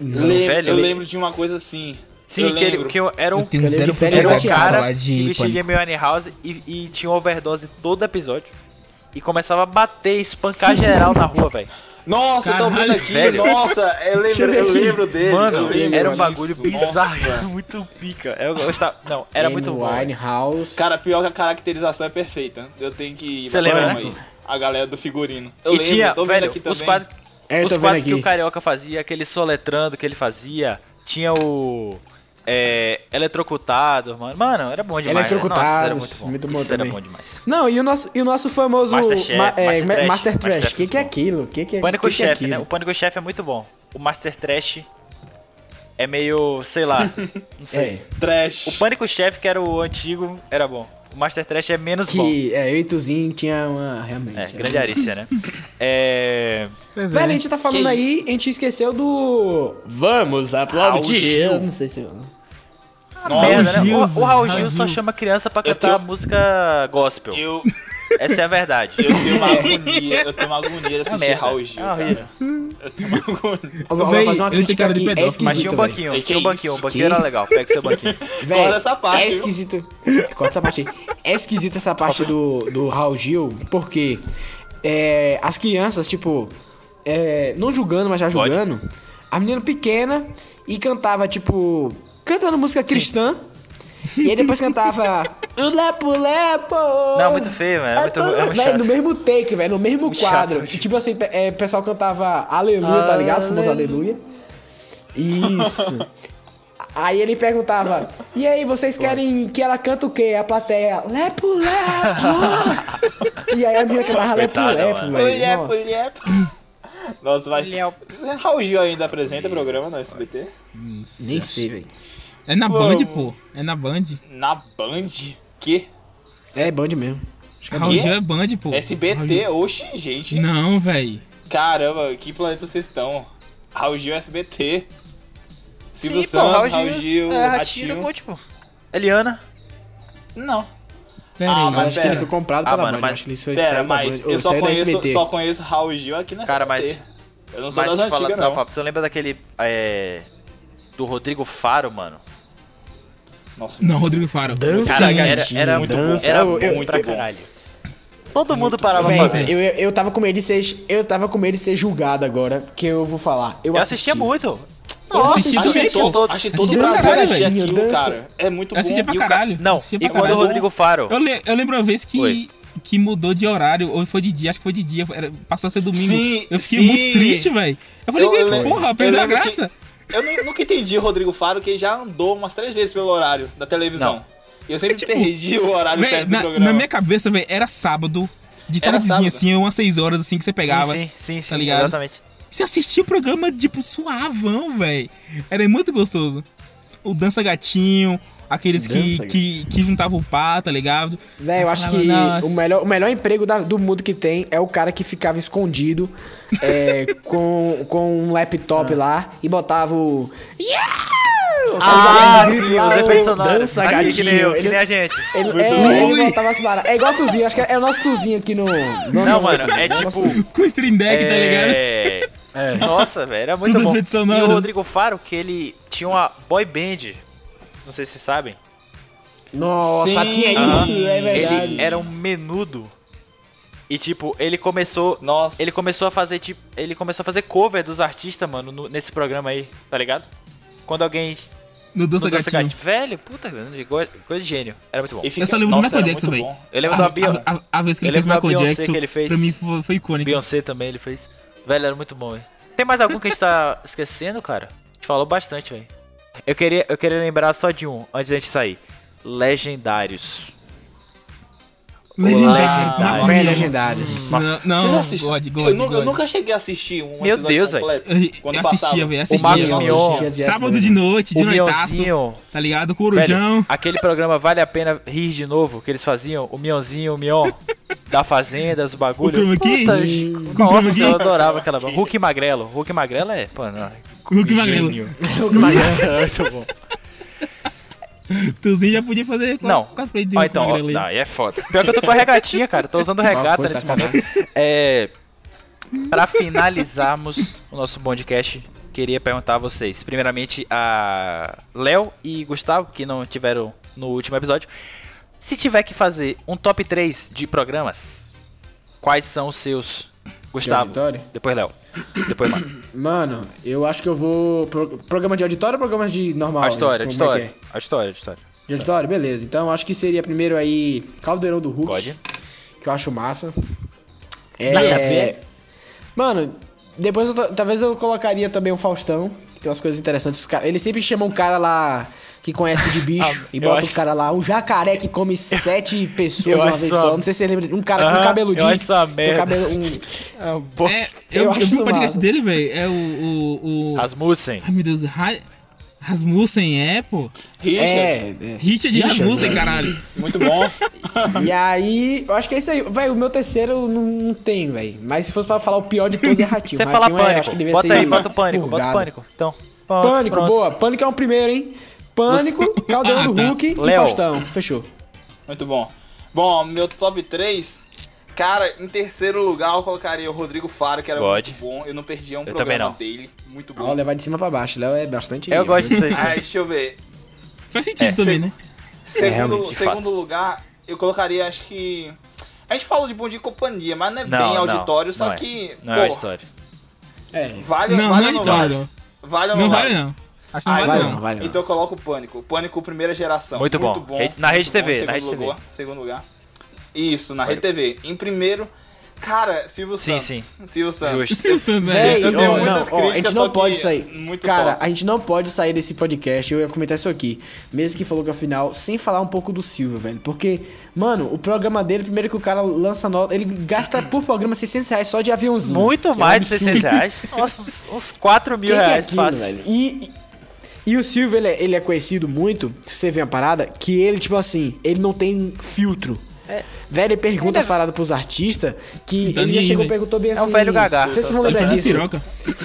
[SPEAKER 2] Lem-
[SPEAKER 1] velho,
[SPEAKER 2] eu
[SPEAKER 1] ele-
[SPEAKER 2] lembro de uma coisa assim.
[SPEAKER 1] Sim,
[SPEAKER 2] eu
[SPEAKER 1] que, ele,
[SPEAKER 2] lembro.
[SPEAKER 1] que eu- era um,
[SPEAKER 3] Eu tenho
[SPEAKER 5] Cadê
[SPEAKER 3] zero
[SPEAKER 5] de férias?
[SPEAKER 1] era um
[SPEAKER 5] Eu
[SPEAKER 3] propriedade pra falar
[SPEAKER 1] cara que
[SPEAKER 3] de
[SPEAKER 1] vestia de
[SPEAKER 3] pânico.
[SPEAKER 1] Amy Winehouse e, e tinha overdose todo episódio. E começava a bater, espancar geral na rua, velho.
[SPEAKER 2] Nossa, eu tô
[SPEAKER 3] Caralho,
[SPEAKER 2] vendo aqui.
[SPEAKER 1] velho.
[SPEAKER 2] Nossa, eu
[SPEAKER 5] Deixa eu
[SPEAKER 2] lembro,
[SPEAKER 5] ver
[SPEAKER 2] eu
[SPEAKER 5] aqui.
[SPEAKER 2] lembro dele. eu
[SPEAKER 1] Mano,
[SPEAKER 2] lembro
[SPEAKER 1] era um
[SPEAKER 2] disso.
[SPEAKER 1] bagulho bizarro,
[SPEAKER 2] Nossa.
[SPEAKER 1] muito pica. Eu gostava. Não, era muito bom. velho.
[SPEAKER 5] Winehouse.
[SPEAKER 2] Cara, pior que a caracterização é perfeita. Eu tenho que.
[SPEAKER 1] Você lembra, né?
[SPEAKER 2] Vamos aí. A galera do figurino. Eu
[SPEAKER 1] e
[SPEAKER 2] lembro,
[SPEAKER 1] tinha,
[SPEAKER 2] tô vendo
[SPEAKER 1] velho,
[SPEAKER 2] aqui
[SPEAKER 1] os
[SPEAKER 2] também.
[SPEAKER 1] quadros,
[SPEAKER 5] É, eu
[SPEAKER 1] os
[SPEAKER 5] tô vendo
[SPEAKER 1] quadros que
[SPEAKER 5] aqui.
[SPEAKER 1] o Carioca fazia, aquele soletrando que ele fazia, tinha o. É, eletrocutado, mano. Mano, era bom demais. velho. Nossa, era
[SPEAKER 5] Eletrocutados,
[SPEAKER 1] muito bom.
[SPEAKER 5] muito bom
[SPEAKER 1] Isso
[SPEAKER 5] também.
[SPEAKER 1] era bom demais.
[SPEAKER 5] Não, e o nosso, e o nosso famoso
[SPEAKER 1] Masterchef,
[SPEAKER 5] ma-
[SPEAKER 1] Master
[SPEAKER 5] é,
[SPEAKER 1] Trash,
[SPEAKER 5] Master
[SPEAKER 1] Master
[SPEAKER 5] Trash. O
[SPEAKER 1] Trash
[SPEAKER 5] que, que é
[SPEAKER 1] muito bom.
[SPEAKER 5] aquilo? Que que é,
[SPEAKER 1] O Pânico
[SPEAKER 5] que que é
[SPEAKER 1] Chef, né?
[SPEAKER 5] aquilo?
[SPEAKER 1] O Pânico Chef é muito bom. O Master Trash é meio, sei lá, não sei.
[SPEAKER 5] É,
[SPEAKER 2] Trash.
[SPEAKER 1] O Pânico Chef, que era o antigo, era bom. O Master Trash é menos bom.
[SPEAKER 5] que é, eu e Tuzinho tinha uma... Realmente.
[SPEAKER 1] É,
[SPEAKER 5] era
[SPEAKER 1] grande arícia, né? É...
[SPEAKER 3] Pois é.
[SPEAKER 5] Velho, a gente tá falando
[SPEAKER 2] Que
[SPEAKER 5] aí, a gente esqueceu do... Vamos aplaudir.
[SPEAKER 1] Raul Gil.
[SPEAKER 5] Eu não sei se... eu-
[SPEAKER 2] Nossa,
[SPEAKER 1] merda, né?
[SPEAKER 3] Gil,
[SPEAKER 1] O, o Raul
[SPEAKER 3] Raul
[SPEAKER 1] Gil só
[SPEAKER 3] Gil.
[SPEAKER 1] chama criança pra
[SPEAKER 2] Eu
[SPEAKER 1] cantar
[SPEAKER 2] tenho-
[SPEAKER 1] música gospel.
[SPEAKER 2] eu,
[SPEAKER 1] Essa é a verdade.
[SPEAKER 2] eu tenho uma agonia. Eu tenho uma agonia de
[SPEAKER 1] É Uma
[SPEAKER 2] assistir
[SPEAKER 1] merda.
[SPEAKER 2] Raul Gil.
[SPEAKER 1] É horrível.
[SPEAKER 2] Cara. Eu tenho uma agonia.
[SPEAKER 5] Eu vou, eu
[SPEAKER 3] Véi,
[SPEAKER 5] vou fazer uma
[SPEAKER 3] ele tem
[SPEAKER 5] crítica
[SPEAKER 3] cara de
[SPEAKER 5] aqui, é
[SPEAKER 3] pedófilo,
[SPEAKER 1] Mas tinha
[SPEAKER 5] esquisito,
[SPEAKER 1] um
[SPEAKER 5] velho.
[SPEAKER 1] banquinho,
[SPEAKER 2] Que
[SPEAKER 1] tinha um
[SPEAKER 2] isso?
[SPEAKER 1] banquinho, o banquinho era legal, pega seu banquinho.
[SPEAKER 5] Véi,
[SPEAKER 2] Corta essa parte,
[SPEAKER 5] É
[SPEAKER 2] viu?
[SPEAKER 5] esquisito. Corta essa parte aí. É esquisita essa parte do, do Raul Gil, porque é, as crianças, tipo, é, não julgando, mas já julgando, a menina pequena e cantava, tipo, cantando música cristã. E aí depois cantava o Lepo Lepo.
[SPEAKER 1] Não, muito feio, velho, é muito- é muito
[SPEAKER 5] Véi,
[SPEAKER 1] chato.
[SPEAKER 5] no mesmo take, velho, no mesmo
[SPEAKER 1] Muito chato,
[SPEAKER 5] quadro.
[SPEAKER 1] muito
[SPEAKER 5] E, tipo assim, pe- é, o pessoal cantava Aleluia, tá ligado? O famoso Aleluia. Isso. Aí ele perguntava, e aí, vocês querem que ela cante o quê? A plateia, lepo, lepo! e aí a menina cantava lepo,
[SPEAKER 1] Coitada,
[SPEAKER 5] lepo,
[SPEAKER 1] mano.
[SPEAKER 2] Mulher,
[SPEAKER 5] velho. Nossa.
[SPEAKER 2] mulher. é. Nossa, vai.
[SPEAKER 1] é
[SPEAKER 2] Raul Gil ainda apresenta programa no SBT?
[SPEAKER 5] Nem sei, velho.
[SPEAKER 3] É na
[SPEAKER 2] Pô.
[SPEAKER 3] Band, pô. É na Band.
[SPEAKER 2] Na Band? Que?
[SPEAKER 5] É band mesmo. Acho que é
[SPEAKER 3] Raul
[SPEAKER 5] band.
[SPEAKER 3] Gil é Band, pô. Raul Gil-
[SPEAKER 2] SBT? Oxi,
[SPEAKER 1] é
[SPEAKER 2] gente.
[SPEAKER 3] Não, velho.
[SPEAKER 2] Caramba, que planeta vocês estão? Raul Gil SBT. Silvio
[SPEAKER 1] Sim, pô,
[SPEAKER 2] Santos, Raul Gil,
[SPEAKER 1] é,
[SPEAKER 2] Ratinho.
[SPEAKER 1] Ratinho, tipo... Eliana.
[SPEAKER 2] Não.
[SPEAKER 3] Pera
[SPEAKER 2] Ah,
[SPEAKER 3] aí.
[SPEAKER 2] mas
[SPEAKER 5] Acho que ele
[SPEAKER 2] pera.
[SPEAKER 5] foi comprado
[SPEAKER 1] Ah,
[SPEAKER 5] pela
[SPEAKER 1] mano,
[SPEAKER 5] band.
[SPEAKER 1] mas-
[SPEAKER 5] Acho que ele saiu
[SPEAKER 2] Pera,
[SPEAKER 5] da
[SPEAKER 2] mas
[SPEAKER 5] Band. Ou
[SPEAKER 2] eu só
[SPEAKER 5] saiu da
[SPEAKER 2] conheço,
[SPEAKER 5] SBT.
[SPEAKER 2] só conheço Raul Gil aqui na
[SPEAKER 1] Cara, mas-
[SPEAKER 2] SBT. Eu não sou
[SPEAKER 1] Mas
[SPEAKER 2] das
[SPEAKER 1] te
[SPEAKER 2] antigas,
[SPEAKER 1] falando da
[SPEAKER 2] não.
[SPEAKER 1] Papo, tu lembra daquele... é, do Rodrigo Faro, mano?
[SPEAKER 2] Nossa,
[SPEAKER 3] Não, Rodrigo Faro.
[SPEAKER 5] Dança,
[SPEAKER 1] Cara,
[SPEAKER 5] Sim,
[SPEAKER 1] era,
[SPEAKER 5] gatinho,
[SPEAKER 1] era muito bom,
[SPEAKER 5] dança,
[SPEAKER 1] era
[SPEAKER 5] eu- eu-
[SPEAKER 1] bom pra
[SPEAKER 2] muito bom.
[SPEAKER 1] caralho. Todo mundo parava
[SPEAKER 5] Véi,
[SPEAKER 1] pra ver.
[SPEAKER 3] velho.
[SPEAKER 5] eu, eu tava com medo de ser. Eu tava com medo de ser julgado agora, que eu vou falar. Eu,
[SPEAKER 1] Eu assistia muito.
[SPEAKER 3] assisti
[SPEAKER 2] acho
[SPEAKER 3] também,
[SPEAKER 2] que
[SPEAKER 3] pô.
[SPEAKER 2] todo, acho que todo
[SPEAKER 5] Dança,
[SPEAKER 2] Brasil assistia
[SPEAKER 5] gatinho,
[SPEAKER 2] aquilo,
[SPEAKER 5] dança.
[SPEAKER 2] cara. É muito
[SPEAKER 3] Eu assistia
[SPEAKER 2] bom.
[SPEAKER 3] Assim, pra
[SPEAKER 1] E o ca-
[SPEAKER 3] caralho.
[SPEAKER 1] Não,
[SPEAKER 3] assistia
[SPEAKER 1] e
[SPEAKER 3] pra
[SPEAKER 1] quando o
[SPEAKER 3] caralho.
[SPEAKER 1] Rodrigo Faro...
[SPEAKER 3] Eu, le- eu lembro uma vez
[SPEAKER 1] Oi.
[SPEAKER 3] que, que mudou de horário, ou foi de dia, acho que foi de dia, era- passou a ser domingo.
[SPEAKER 2] Sim,
[SPEAKER 3] eu fiquei
[SPEAKER 2] sim.
[SPEAKER 3] muito triste, velho. Eu falei,
[SPEAKER 2] Eu
[SPEAKER 3] "Mas,
[SPEAKER 2] lembro-
[SPEAKER 3] porra,
[SPEAKER 2] eu
[SPEAKER 3] perdeu a
[SPEAKER 2] lembro que-
[SPEAKER 3] graça.
[SPEAKER 2] Eu nem- nunca entendi o Rodrigo Faro, que ele já andou umas três vezes pelo horário da televisão. E eu sempre
[SPEAKER 3] É tipo-
[SPEAKER 2] perdi o horário
[SPEAKER 3] Véi,
[SPEAKER 2] certo do
[SPEAKER 3] na,
[SPEAKER 2] programa.
[SPEAKER 3] na minha cabeça, velho, era sábado, de
[SPEAKER 2] Era
[SPEAKER 3] tardezinha,
[SPEAKER 2] sábado.
[SPEAKER 3] assim, umas 6 horas, assim, que você
[SPEAKER 1] Sim,
[SPEAKER 3] pegava.
[SPEAKER 1] sim, sim, sim
[SPEAKER 3] tá ligado?
[SPEAKER 1] exatamente.
[SPEAKER 3] Você assistia o programa, tipo, suavão, velho. Era muito gostoso. O Dança Gatinho, aqueles que,
[SPEAKER 5] Dança
[SPEAKER 3] que, que juntavam o pá, tá ligado?
[SPEAKER 5] Véi, eu acho que
[SPEAKER 3] Nossa.
[SPEAKER 5] o melhor, o melhor emprego da- do mundo que tem é o cara que ficava escondido é, com, com um laptop lá e botava o. Yeah!
[SPEAKER 1] Ah,
[SPEAKER 5] Aqueles gritos
[SPEAKER 1] sim,
[SPEAKER 5] lá,
[SPEAKER 1] os efeitos
[SPEAKER 5] o
[SPEAKER 1] sonoros.
[SPEAKER 5] Tá dança,
[SPEAKER 1] Aqui,
[SPEAKER 5] gatinho.
[SPEAKER 1] Que nem eu, que
[SPEAKER 5] ele,
[SPEAKER 1] nem a gente.
[SPEAKER 5] ele, é, ele botava as paradas. É igual o Tuzinho, acho que é, o nosso Tuzinho aqui no.
[SPEAKER 1] Não, mano, é tipo...
[SPEAKER 3] Com o Stream Deck, tá ligado?
[SPEAKER 1] É...
[SPEAKER 5] É.
[SPEAKER 1] Nossa, velho, era muito
[SPEAKER 3] Os
[SPEAKER 1] bom.
[SPEAKER 3] efeitos
[SPEAKER 1] E o
[SPEAKER 3] sonoros.
[SPEAKER 1] Rodrigo Faro, que ele tinha uma boy band. Não sei se vocês sabem.
[SPEAKER 5] Nossa,
[SPEAKER 2] Sim.
[SPEAKER 5] tinha
[SPEAKER 2] Aham.
[SPEAKER 5] isso, é verdade.
[SPEAKER 1] Ele era um menudo. E tipo, ele começou.
[SPEAKER 2] Nossa.
[SPEAKER 1] Ele começou a fazer, tipo. Ele começou a fazer cover dos artistas, mano, no- nesse programa aí, tá ligado? Quando alguém.
[SPEAKER 3] No
[SPEAKER 1] no
[SPEAKER 3] Dança
[SPEAKER 1] Dança
[SPEAKER 3] Gatinho.
[SPEAKER 1] Gatinho. Velho, puta, coisa coisa de gênio. Era muito bom.
[SPEAKER 2] E fica-
[SPEAKER 3] Eu só lembro do
[SPEAKER 2] Nossa,
[SPEAKER 3] Michael
[SPEAKER 2] era
[SPEAKER 3] é Jackson,
[SPEAKER 2] muito
[SPEAKER 3] velho.
[SPEAKER 2] bom.
[SPEAKER 1] Eu lembro da Bio-
[SPEAKER 3] A, a, a vez que
[SPEAKER 1] Eu
[SPEAKER 3] ele fez
[SPEAKER 1] lembro da
[SPEAKER 3] Michael
[SPEAKER 1] Beyoncé
[SPEAKER 3] Jackson,
[SPEAKER 1] que ele fez.
[SPEAKER 3] pra mim foi, foi icônica.
[SPEAKER 1] Beyoncé também, ele fez. Velho, era muito bom, velho. Tem mais algum que a gente tá esquecendo, cara? A gente falou bastante, velho. Eu queria, eu queria lembrar só de um, antes da gente sair. Legendários. Legendário.
[SPEAKER 3] Legendário. Marcos
[SPEAKER 5] Velho,
[SPEAKER 3] Mion.
[SPEAKER 5] legendário.
[SPEAKER 3] Não, não,
[SPEAKER 2] Vocês assistem?
[SPEAKER 3] God, God,
[SPEAKER 2] eu, nunca, eu
[SPEAKER 3] God.
[SPEAKER 2] nunca cheguei a assistir um
[SPEAKER 1] Meu
[SPEAKER 2] episódio
[SPEAKER 1] Deus, velho.
[SPEAKER 2] completo.
[SPEAKER 3] Eu- eu
[SPEAKER 2] Quando
[SPEAKER 3] assistia,
[SPEAKER 2] passava.
[SPEAKER 3] velho,
[SPEAKER 1] O Marcos
[SPEAKER 3] assistia.
[SPEAKER 1] Mion.
[SPEAKER 3] Sábado de noite, de
[SPEAKER 1] O
[SPEAKER 3] noitaço,
[SPEAKER 1] Mionzinho.
[SPEAKER 3] tá ligado?
[SPEAKER 1] Velho,
[SPEAKER 3] Corujão.
[SPEAKER 1] aquele programa Vale a Pena Rir de Novo, que eles faziam, o Mionzinho, o Mion, da Fazenda, os
[SPEAKER 3] O
[SPEAKER 1] bagulho.
[SPEAKER 3] Chroma Key?
[SPEAKER 1] Nossa,
[SPEAKER 3] Chroma
[SPEAKER 1] nossa,
[SPEAKER 3] Key?
[SPEAKER 1] eu adorava aquela banda. Hulk Magrelo. Hulk Magrelo é, pô, não.
[SPEAKER 3] Hulk Magrelo.
[SPEAKER 1] gênio. Hulk Magrelo é muito bom.
[SPEAKER 3] Tuzinho já podia fazer cos-
[SPEAKER 1] Não.
[SPEAKER 3] cosplay de um
[SPEAKER 1] Ó,
[SPEAKER 3] Hulk
[SPEAKER 1] então, ó,
[SPEAKER 3] Magrelo aí.
[SPEAKER 1] não, aí é foda. Pior que eu tô com a regatinha, cara. Tô usando regata
[SPEAKER 5] foi
[SPEAKER 1] nesse
[SPEAKER 5] sacanagem.
[SPEAKER 1] momento. É. Pra finalizarmos o nosso podcast, queria perguntar a vocês. Primeiramente, a Léo e Gustavo, que não tiveram no último episódio. Se tiver que fazer um top 3 de programas, quais são os seus? Gustavo.
[SPEAKER 5] auditório?
[SPEAKER 1] Depois Léo. Depois, mano.
[SPEAKER 5] Mano, eu acho que eu vou. pro- Programa de auditório ou programa de normal?
[SPEAKER 1] A história, a
[SPEAKER 5] Como é que
[SPEAKER 1] história. A história, a história.
[SPEAKER 5] é? De auditório? Beleza. Então acho que seria primeiro aí Caldeirão do Hulk.
[SPEAKER 1] God.
[SPEAKER 5] Que eu acho massa.
[SPEAKER 1] Dá pra ver?
[SPEAKER 5] É. Mano, depois eu to- talvez eu colocaria também o Faustão. Que tem umas coisas interessantes. Os cara- Ele sempre chama um cara lá que conhece de bicho
[SPEAKER 1] Ah,
[SPEAKER 5] e
[SPEAKER 1] eu
[SPEAKER 5] bota
[SPEAKER 1] acho-
[SPEAKER 5] o cara lá, um jacaré que come sete pessoas
[SPEAKER 1] eu
[SPEAKER 5] de uma
[SPEAKER 1] acho
[SPEAKER 5] vez
[SPEAKER 1] uma-
[SPEAKER 5] só. Não sei se você lembra. Um cara com
[SPEAKER 1] Aham,
[SPEAKER 5] um cabeludinho.
[SPEAKER 1] eu acho uma
[SPEAKER 5] tem um
[SPEAKER 1] merda.
[SPEAKER 5] cabelo- um-
[SPEAKER 3] É, eu,
[SPEAKER 5] Eu
[SPEAKER 3] eu
[SPEAKER 5] acho
[SPEAKER 3] vi o
[SPEAKER 5] isso
[SPEAKER 3] podcast
[SPEAKER 5] massa.
[SPEAKER 3] dele, velho. É o. o, o...
[SPEAKER 1] Rasmussen.
[SPEAKER 3] Ai, meu Deus. Ra... Rasmussen é, pô.
[SPEAKER 2] Richard,
[SPEAKER 5] É, é.
[SPEAKER 3] Richard
[SPEAKER 5] Richard,
[SPEAKER 3] Rasmussen, caralho.
[SPEAKER 2] muito bom.
[SPEAKER 5] E aí, eu acho que é isso aí. Véi, o meu terceiro não, não tem, véi. Mas se fosse pra falar o pior de todos é Ratinho.
[SPEAKER 1] Você fala
[SPEAKER 5] Ratinho é-
[SPEAKER 1] pânico.
[SPEAKER 5] acho que devia
[SPEAKER 1] bota
[SPEAKER 5] ser
[SPEAKER 1] aí, bota o pânico, bota o
[SPEAKER 5] expurgado.
[SPEAKER 1] pânico. Então. pronto,
[SPEAKER 5] Pânico,
[SPEAKER 1] pronto.
[SPEAKER 5] boa. Pânico é o primeiro, hein? Pânico, Caldeirão do
[SPEAKER 3] Ah, tá.
[SPEAKER 5] Hulk e
[SPEAKER 1] Léo.
[SPEAKER 5] Faustão. Fechou.
[SPEAKER 2] Muito bom. Bom, meu top 3. Cara, em terceiro lugar eu colocaria o Rodrigo Faro, que era
[SPEAKER 1] God.
[SPEAKER 2] muito bom. Eu não perdia um
[SPEAKER 1] também
[SPEAKER 2] programa
[SPEAKER 1] não.
[SPEAKER 2] dele. Muito
[SPEAKER 5] Ó,
[SPEAKER 2] bom.
[SPEAKER 5] levar de cima pra baixo. Léo é bastante...
[SPEAKER 1] Eu gosto disso aí.
[SPEAKER 2] Aí, deixa eu ver.
[SPEAKER 3] Faz sentido
[SPEAKER 1] É,
[SPEAKER 3] também, né?
[SPEAKER 2] Segundo,
[SPEAKER 1] realmente, de
[SPEAKER 2] segundo lugar, eu colocaria, acho que. A gente falou de bom dia e companhia, mas não é
[SPEAKER 1] Não,
[SPEAKER 2] bem
[SPEAKER 1] não,
[SPEAKER 2] auditório, só
[SPEAKER 1] não é.
[SPEAKER 2] que.
[SPEAKER 1] Não
[SPEAKER 2] pô,
[SPEAKER 1] é auditório.
[SPEAKER 5] É.
[SPEAKER 2] Vale,
[SPEAKER 3] Não,
[SPEAKER 2] vale
[SPEAKER 3] não é
[SPEAKER 2] ou não
[SPEAKER 3] vitória.
[SPEAKER 2] vale? Vale ou
[SPEAKER 3] Não vale, não. Acho que não
[SPEAKER 2] Ah,
[SPEAKER 3] vale,
[SPEAKER 5] Vai
[SPEAKER 3] não.
[SPEAKER 5] não, vai não.
[SPEAKER 2] Então eu coloco o Pânico. O Pânico, primeira geração.
[SPEAKER 1] Muito bom. Rede- na Rede TV,
[SPEAKER 2] em
[SPEAKER 1] na
[SPEAKER 2] segundo
[SPEAKER 1] Rede
[SPEAKER 2] lugar, Segundo lugar. Isso, na Rede TV. Em primeiro, cara, Silvio
[SPEAKER 1] Sim,
[SPEAKER 2] Santos.
[SPEAKER 1] sim.
[SPEAKER 2] Silvio Santos.
[SPEAKER 1] Justo.
[SPEAKER 3] Silvio Santos,
[SPEAKER 5] Véi,
[SPEAKER 2] Eu
[SPEAKER 5] ó,
[SPEAKER 2] tenho
[SPEAKER 3] velho.
[SPEAKER 5] né? não,
[SPEAKER 2] muitas
[SPEAKER 5] ó, a
[SPEAKER 2] críticas,
[SPEAKER 5] gente
[SPEAKER 2] só
[SPEAKER 5] não
[SPEAKER 2] que é
[SPEAKER 5] pode sair.
[SPEAKER 2] muito
[SPEAKER 5] Cara,
[SPEAKER 2] top.
[SPEAKER 5] a gente não pode sair desse podcast. Eu ia comentar isso aqui. Mesmo que falou que é o final, sem falar um pouco do Silvio, velho. Porque, mano, o programa dele, primeiro que o cara lança nota, ele gasta por programa 600 reais só de aviãozinho. que é
[SPEAKER 1] Muito
[SPEAKER 5] um
[SPEAKER 1] mais de
[SPEAKER 5] absurdo.
[SPEAKER 1] 600 reais. Nossa, uns, uns 4 mil
[SPEAKER 5] Quem que é
[SPEAKER 1] reais
[SPEAKER 5] aquilo,
[SPEAKER 1] fácil.
[SPEAKER 5] velho? E, e, e o Silvio, ele é, ele é conhecido muito, se você vê uma parada, que ele, tipo assim, ele não tem filtro.
[SPEAKER 1] É.
[SPEAKER 5] Velho, ele pergunta as paradas pros artistas que
[SPEAKER 3] Então
[SPEAKER 5] ele já
[SPEAKER 3] nem,
[SPEAKER 5] chegou
[SPEAKER 3] velho.
[SPEAKER 5] e perguntou bem
[SPEAKER 1] o
[SPEAKER 5] assim.
[SPEAKER 1] É um velho Gagá.
[SPEAKER 5] Vocês vão lembrar
[SPEAKER 3] Ele faz
[SPEAKER 5] disso?
[SPEAKER 3] piroca.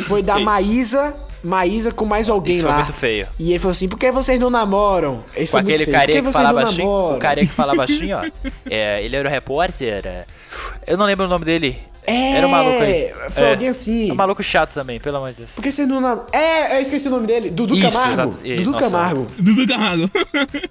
[SPEAKER 5] Foi da Maísa, Maísa com mais alguém
[SPEAKER 1] Isso foi
[SPEAKER 5] lá.
[SPEAKER 1] muito feio.
[SPEAKER 5] E ele falou assim: por que vocês não namoram? Esse
[SPEAKER 1] Com
[SPEAKER 5] foi é muito
[SPEAKER 1] aquele
[SPEAKER 5] feio.
[SPEAKER 1] carinha
[SPEAKER 5] por
[SPEAKER 1] que
[SPEAKER 5] que vocês
[SPEAKER 1] falava
[SPEAKER 5] não
[SPEAKER 1] baixinho.
[SPEAKER 5] namoram?
[SPEAKER 1] O carinha que falava baixinho, ó. É, ele era o repórter. é. Eu não lembro o nome dele.
[SPEAKER 5] É,
[SPEAKER 1] era um maluco aí.
[SPEAKER 5] Foi
[SPEAKER 1] É.
[SPEAKER 5] alguém assim.
[SPEAKER 1] É um maluco chato também, pelo amor de Deus.
[SPEAKER 5] Por que vocês não namoram? É, eu esqueci o nome dele. Dudu
[SPEAKER 1] Isso,
[SPEAKER 5] Camargo.
[SPEAKER 1] exato. Ih,
[SPEAKER 5] Dudu
[SPEAKER 1] nossa.
[SPEAKER 5] Camargo.
[SPEAKER 3] Dudu Camargo.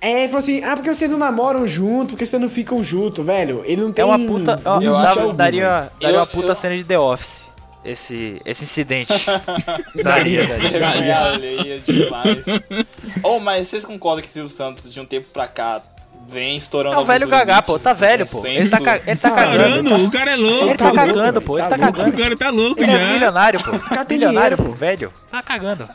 [SPEAKER 5] É, ele falou assim: ah, porque vocês não namoram junto, porque vocês não ficam junto, velho. Ele não tem.
[SPEAKER 1] É uma puta. ó,
[SPEAKER 5] limite
[SPEAKER 1] dava-
[SPEAKER 5] algum, velho.
[SPEAKER 1] daria daria
[SPEAKER 2] Eu-
[SPEAKER 1] uma puta
[SPEAKER 2] eu-
[SPEAKER 1] cena de The Office. Esse, esse incidente. daria, daria.
[SPEAKER 2] Vergonha alheia demais. oh, mas vocês concordam que Silvio Santos, de um tempo pra cá, vem estourando
[SPEAKER 1] É o
[SPEAKER 2] alguns É
[SPEAKER 1] velho Gagá, pô.
[SPEAKER 2] limites,
[SPEAKER 1] Tá velho, pô.
[SPEAKER 3] É
[SPEAKER 2] consenso?
[SPEAKER 1] Ele tá, ca- ele tá cagando.
[SPEAKER 3] Caramba, o cara é
[SPEAKER 1] Ele
[SPEAKER 3] louco.
[SPEAKER 1] tá
[SPEAKER 5] louco,
[SPEAKER 1] cagando, pô. Ele tá
[SPEAKER 5] tá louco.
[SPEAKER 3] O
[SPEAKER 1] cagando.
[SPEAKER 3] cara tá louco
[SPEAKER 1] Ele é
[SPEAKER 3] já.
[SPEAKER 1] milionário, pô. Milionário,
[SPEAKER 5] tem dinheiro,
[SPEAKER 1] pô,
[SPEAKER 5] pô.
[SPEAKER 1] velho. Tá cagando.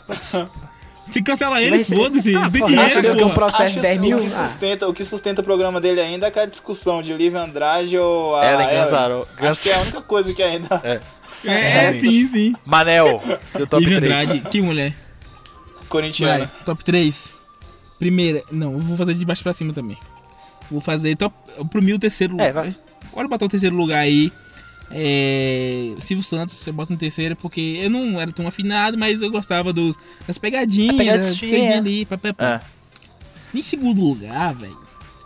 [SPEAKER 3] Se cancelar ele,
[SPEAKER 5] Mas-
[SPEAKER 3] foda-se. Não tem
[SPEAKER 5] Ah, você deu
[SPEAKER 3] dinheiro,
[SPEAKER 5] que
[SPEAKER 3] pô.
[SPEAKER 5] é um processo
[SPEAKER 2] Acho
[SPEAKER 5] de 10
[SPEAKER 2] que o-
[SPEAKER 5] mil?
[SPEAKER 2] O que,
[SPEAKER 5] Ah.
[SPEAKER 2] sustenta, o que sustenta o programa dele ainda é aquela discussão de Livre Andrade ou a.
[SPEAKER 1] Ellen Gazzaro-
[SPEAKER 2] Acho que é a única coisa que ainda.
[SPEAKER 3] É, sim, sim.
[SPEAKER 1] Manel, seu top
[SPEAKER 3] Lívia
[SPEAKER 1] 3.
[SPEAKER 3] Andrade, que mulher.
[SPEAKER 2] é Corintiana.
[SPEAKER 3] Vai, top 3. Primeira. Não, eu vou fazer de baixo pra cima também. Vou fazer top. Pro mil terceiro lugar.
[SPEAKER 1] É, vai.
[SPEAKER 3] Bora botar o terceiro lugar aí. É. Silvio Santos, eu boto no terceiro porque eu não era tão afinado, mas eu gostava dos, das pegadinhas,
[SPEAKER 1] A pegadinha.
[SPEAKER 3] das coisinhas ali. Pá, pá, pá.
[SPEAKER 1] Ah,
[SPEAKER 3] Em segundo lugar, velho,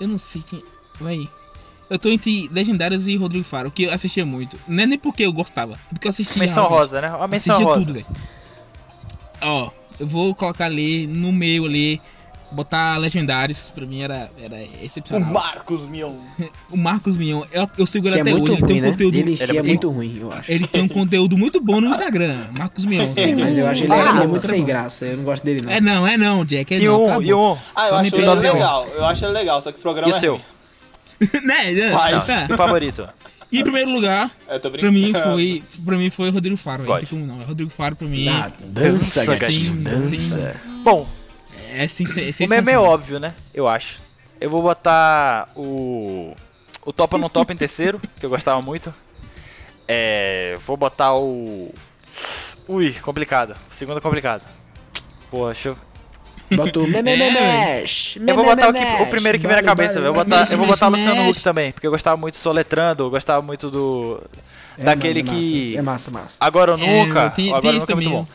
[SPEAKER 3] eu não sei quem. Vai. Eu tô entre Legendários e Rodrigo Faro, que eu assistia muito. Não é nem porque eu gostava, é porque eu assistia.
[SPEAKER 1] Menção
[SPEAKER 3] realmente.
[SPEAKER 1] rosa, né? Uma menção
[SPEAKER 3] Assistia
[SPEAKER 1] rosa.
[SPEAKER 3] tudo, velho. Ó, eu vou colocar ali no meio ali, botar Legendários, pra mim era, era
[SPEAKER 2] O
[SPEAKER 3] excepcional.
[SPEAKER 2] Marcos, meu.
[SPEAKER 3] O Marcos Mion, eu, eu sigo ele
[SPEAKER 5] Que é
[SPEAKER 3] até
[SPEAKER 5] muito
[SPEAKER 3] hoje, ele
[SPEAKER 5] ruim,
[SPEAKER 3] tem um
[SPEAKER 5] né?
[SPEAKER 3] conteúdo.
[SPEAKER 5] Ele em si é
[SPEAKER 1] muito
[SPEAKER 5] muito ruim, eu acho.
[SPEAKER 3] ele tem um conteúdo muito bom no Instagram, Marcos Mion.
[SPEAKER 5] Sim, mas eu acho ele,
[SPEAKER 3] Ah,
[SPEAKER 5] ele é
[SPEAKER 3] não,
[SPEAKER 5] muito
[SPEAKER 3] tá
[SPEAKER 5] sem
[SPEAKER 3] bom.
[SPEAKER 5] graça. Eu não gosto dele, não. Ah,
[SPEAKER 3] É não, é não, Jack. É
[SPEAKER 1] E
[SPEAKER 3] não,
[SPEAKER 1] um,
[SPEAKER 3] acabou.
[SPEAKER 1] e um.
[SPEAKER 2] Ah, eu
[SPEAKER 3] Só me
[SPEAKER 2] acho ele
[SPEAKER 3] pegou bem.
[SPEAKER 2] legal. Eu acho ele legal, só que o programa
[SPEAKER 1] E o
[SPEAKER 2] é
[SPEAKER 1] seu?
[SPEAKER 2] ruim.
[SPEAKER 3] né? né?
[SPEAKER 2] Mas-
[SPEAKER 3] Tá.
[SPEAKER 1] Não, favorito.
[SPEAKER 3] E em primeiro lugar,
[SPEAKER 2] É, Eu tô
[SPEAKER 3] pra
[SPEAKER 2] brincando.
[SPEAKER 3] mim foi, pra mim foi Rodrigo Faro. velho. Não tem
[SPEAKER 1] Pode.
[SPEAKER 3] como não. É Rodrigo Faro pra mim.
[SPEAKER 5] Ah, dança,
[SPEAKER 1] Dança,
[SPEAKER 5] gatinho,
[SPEAKER 3] sim,
[SPEAKER 5] dança.
[SPEAKER 1] Bom,
[SPEAKER 3] é sim, é
[SPEAKER 1] o meme é
[SPEAKER 3] sensacional.
[SPEAKER 1] óbvio, né? Eu acho. Eu vou botar o. O Topa não Topa em terceiro, que eu gostava muito. É. Vou botar o. Ui, complicado. Segundo é complicado. Boa, deixa eu.
[SPEAKER 5] Bota o memememesh.
[SPEAKER 1] Eu vou botar o, que- o primeiro que vem na cabeça, velho. Eu vou botar, eu vou botar
[SPEAKER 5] mexe,
[SPEAKER 1] Luciano
[SPEAKER 5] mexe.
[SPEAKER 1] Huck também, porque eu gostava muito de Soletrando, eu gostava muito do. daquele que.
[SPEAKER 5] É massa, massa.
[SPEAKER 1] Agora ou
[SPEAKER 3] É,
[SPEAKER 1] nunca.
[SPEAKER 3] tem- tem
[SPEAKER 1] agora ou
[SPEAKER 3] isso
[SPEAKER 1] nunca é muito
[SPEAKER 3] também.
[SPEAKER 1] bom.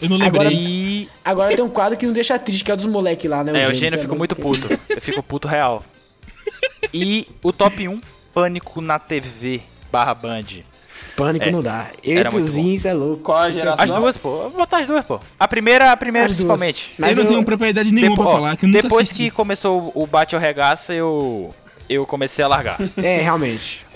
[SPEAKER 3] Eu não
[SPEAKER 5] né? Agora-
[SPEAKER 3] lembrei.
[SPEAKER 1] E.
[SPEAKER 5] Agora tem um quadro que não deixa triste, que é o dos moleques lá, né?
[SPEAKER 1] É, o
[SPEAKER 5] Eugênio,
[SPEAKER 1] Gênio eu
[SPEAKER 5] tá
[SPEAKER 1] fico
[SPEAKER 5] bom?
[SPEAKER 1] muito puto. Eu fico puto real. E o top 1, Pânico na TV barra Band.
[SPEAKER 5] Pânico não dá. Eu e
[SPEAKER 1] É, era muito
[SPEAKER 5] Tiozinho, isso é louco.
[SPEAKER 2] Qual a geração?
[SPEAKER 1] As duas, pô. Eu Vou botar as duas, pô. A primeira, a primeira
[SPEAKER 5] As duas.
[SPEAKER 1] principalmente.
[SPEAKER 5] Mas
[SPEAKER 3] eu não
[SPEAKER 5] eu-
[SPEAKER 3] tenho um propriedade nenhuma
[SPEAKER 1] Depo-
[SPEAKER 3] pra
[SPEAKER 1] ó,
[SPEAKER 3] falar, que eu nunca
[SPEAKER 1] depois
[SPEAKER 3] assisti.
[SPEAKER 1] que começou o Bate ou Regaça, eu, eu comecei a largar.
[SPEAKER 5] É, realmente.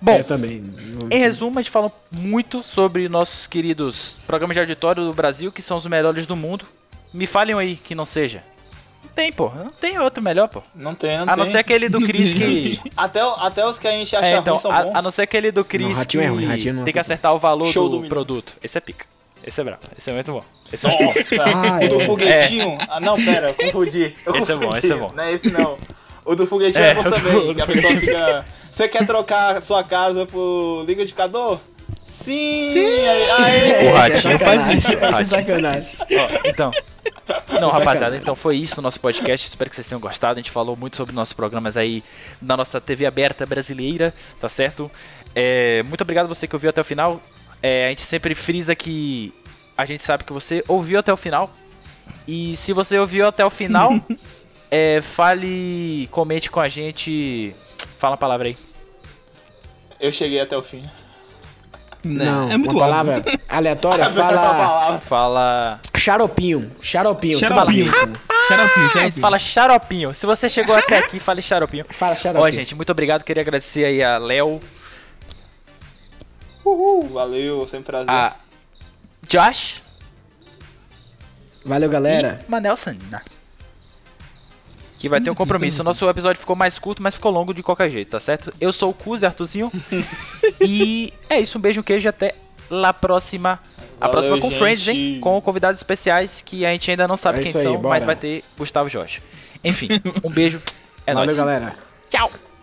[SPEAKER 1] Bom,
[SPEAKER 5] eu também. é,
[SPEAKER 1] Em resumo, a gente fala muito sobre nossos queridos programas de auditório do Brasil, que são os melhores do mundo. Me falem aí que não seja. Não tem, pô. Não tem outro melhor, pô.
[SPEAKER 2] Não tem, não
[SPEAKER 1] a Ah, não
[SPEAKER 2] tem.
[SPEAKER 1] ser aquele do
[SPEAKER 3] Não
[SPEAKER 1] Cris
[SPEAKER 3] tem.
[SPEAKER 1] que.
[SPEAKER 2] Até, o- até os que a gente acha
[SPEAKER 1] É, então,
[SPEAKER 2] ruim são bons.
[SPEAKER 1] a, a não ser aquele do Chris
[SPEAKER 5] Não,
[SPEAKER 1] que
[SPEAKER 5] Ratinho é ruim, Ratinho não
[SPEAKER 1] tem que
[SPEAKER 5] aceita.
[SPEAKER 1] acertar o valor
[SPEAKER 2] Show do
[SPEAKER 1] do,
[SPEAKER 2] milhão.
[SPEAKER 1] produto. Esse é pica. Esse é brabo. Esse é muito bom. Esse é muito bom.
[SPEAKER 2] Nossa,
[SPEAKER 5] Ah,
[SPEAKER 2] Tá. o do
[SPEAKER 5] é.
[SPEAKER 2] foguetinho. Ah, não, pera, eu confundi. Eu
[SPEAKER 1] Esse é
[SPEAKER 2] confundi.
[SPEAKER 1] bom, esse é bom.
[SPEAKER 2] Não é esse não. O do foguetinho
[SPEAKER 1] É,
[SPEAKER 2] é,
[SPEAKER 1] o
[SPEAKER 2] bom
[SPEAKER 1] do-
[SPEAKER 2] também,
[SPEAKER 1] o
[SPEAKER 2] que a
[SPEAKER 1] do
[SPEAKER 2] pessoa fica... Você quer trocar sua casa por liquidificador? Sim! Aê!
[SPEAKER 1] O ratinho faz isso. o
[SPEAKER 5] Essa é
[SPEAKER 1] ratinho.
[SPEAKER 5] sacanagem.
[SPEAKER 1] Ó, então. Não,
[SPEAKER 5] é
[SPEAKER 1] rapaziada,
[SPEAKER 5] sacanagem.
[SPEAKER 1] então foi isso o nosso podcast. Espero que vocês tenham gostado. A gente falou muito sobre nossos programas aí na nossa TV aberta brasileira, tá certo? É, muito obrigado você que ouviu até o final. É, a gente sempre frisa que a gente sabe que você ouviu até o final. E se você ouviu até o final, é, fale, comente com a gente. Fala a palavra aí.
[SPEAKER 2] Eu cheguei até o fim.
[SPEAKER 5] Não,
[SPEAKER 3] é muito
[SPEAKER 5] uma
[SPEAKER 3] óbvio.
[SPEAKER 5] palavra aleatória,
[SPEAKER 2] Você quer uma
[SPEAKER 5] fala
[SPEAKER 2] palavra?
[SPEAKER 1] Fala.
[SPEAKER 5] xaropinho, xaropinho.
[SPEAKER 3] Xaropinho.
[SPEAKER 5] Fala-
[SPEAKER 3] Xaropinho,
[SPEAKER 1] Ah,
[SPEAKER 3] xaropinho.
[SPEAKER 1] fala xaropinho. Se você chegou até aqui, fale xaropinho.
[SPEAKER 5] Fala
[SPEAKER 1] Ó,
[SPEAKER 5] xaropinho.
[SPEAKER 1] gente, muito obrigado. Queria agradecer aí a Léo,
[SPEAKER 2] Uhul, valeu, sempre um prazer.
[SPEAKER 1] a Josh
[SPEAKER 5] Valeu, galera.
[SPEAKER 1] e Manel Sanina. Que vai ter um compromisso. O nosso episódio ficou mais curto, mas ficou longo de qualquer jeito, tá certo? Eu sou o Cuzi, Artuzinho. e é isso, um beijo, queijo e até lá próxima. A
[SPEAKER 2] Valeu,
[SPEAKER 1] próxima com
[SPEAKER 2] gente.
[SPEAKER 1] Friends, hein? Com convidados especiais que a gente ainda não sabe
[SPEAKER 5] É
[SPEAKER 1] quem
[SPEAKER 5] isso aí,
[SPEAKER 1] são, mas
[SPEAKER 5] bora.
[SPEAKER 1] vai ter Gustavo Jorge. Enfim, um beijo. É
[SPEAKER 5] Valeu,
[SPEAKER 1] nóis.
[SPEAKER 5] galera.
[SPEAKER 1] Tchau.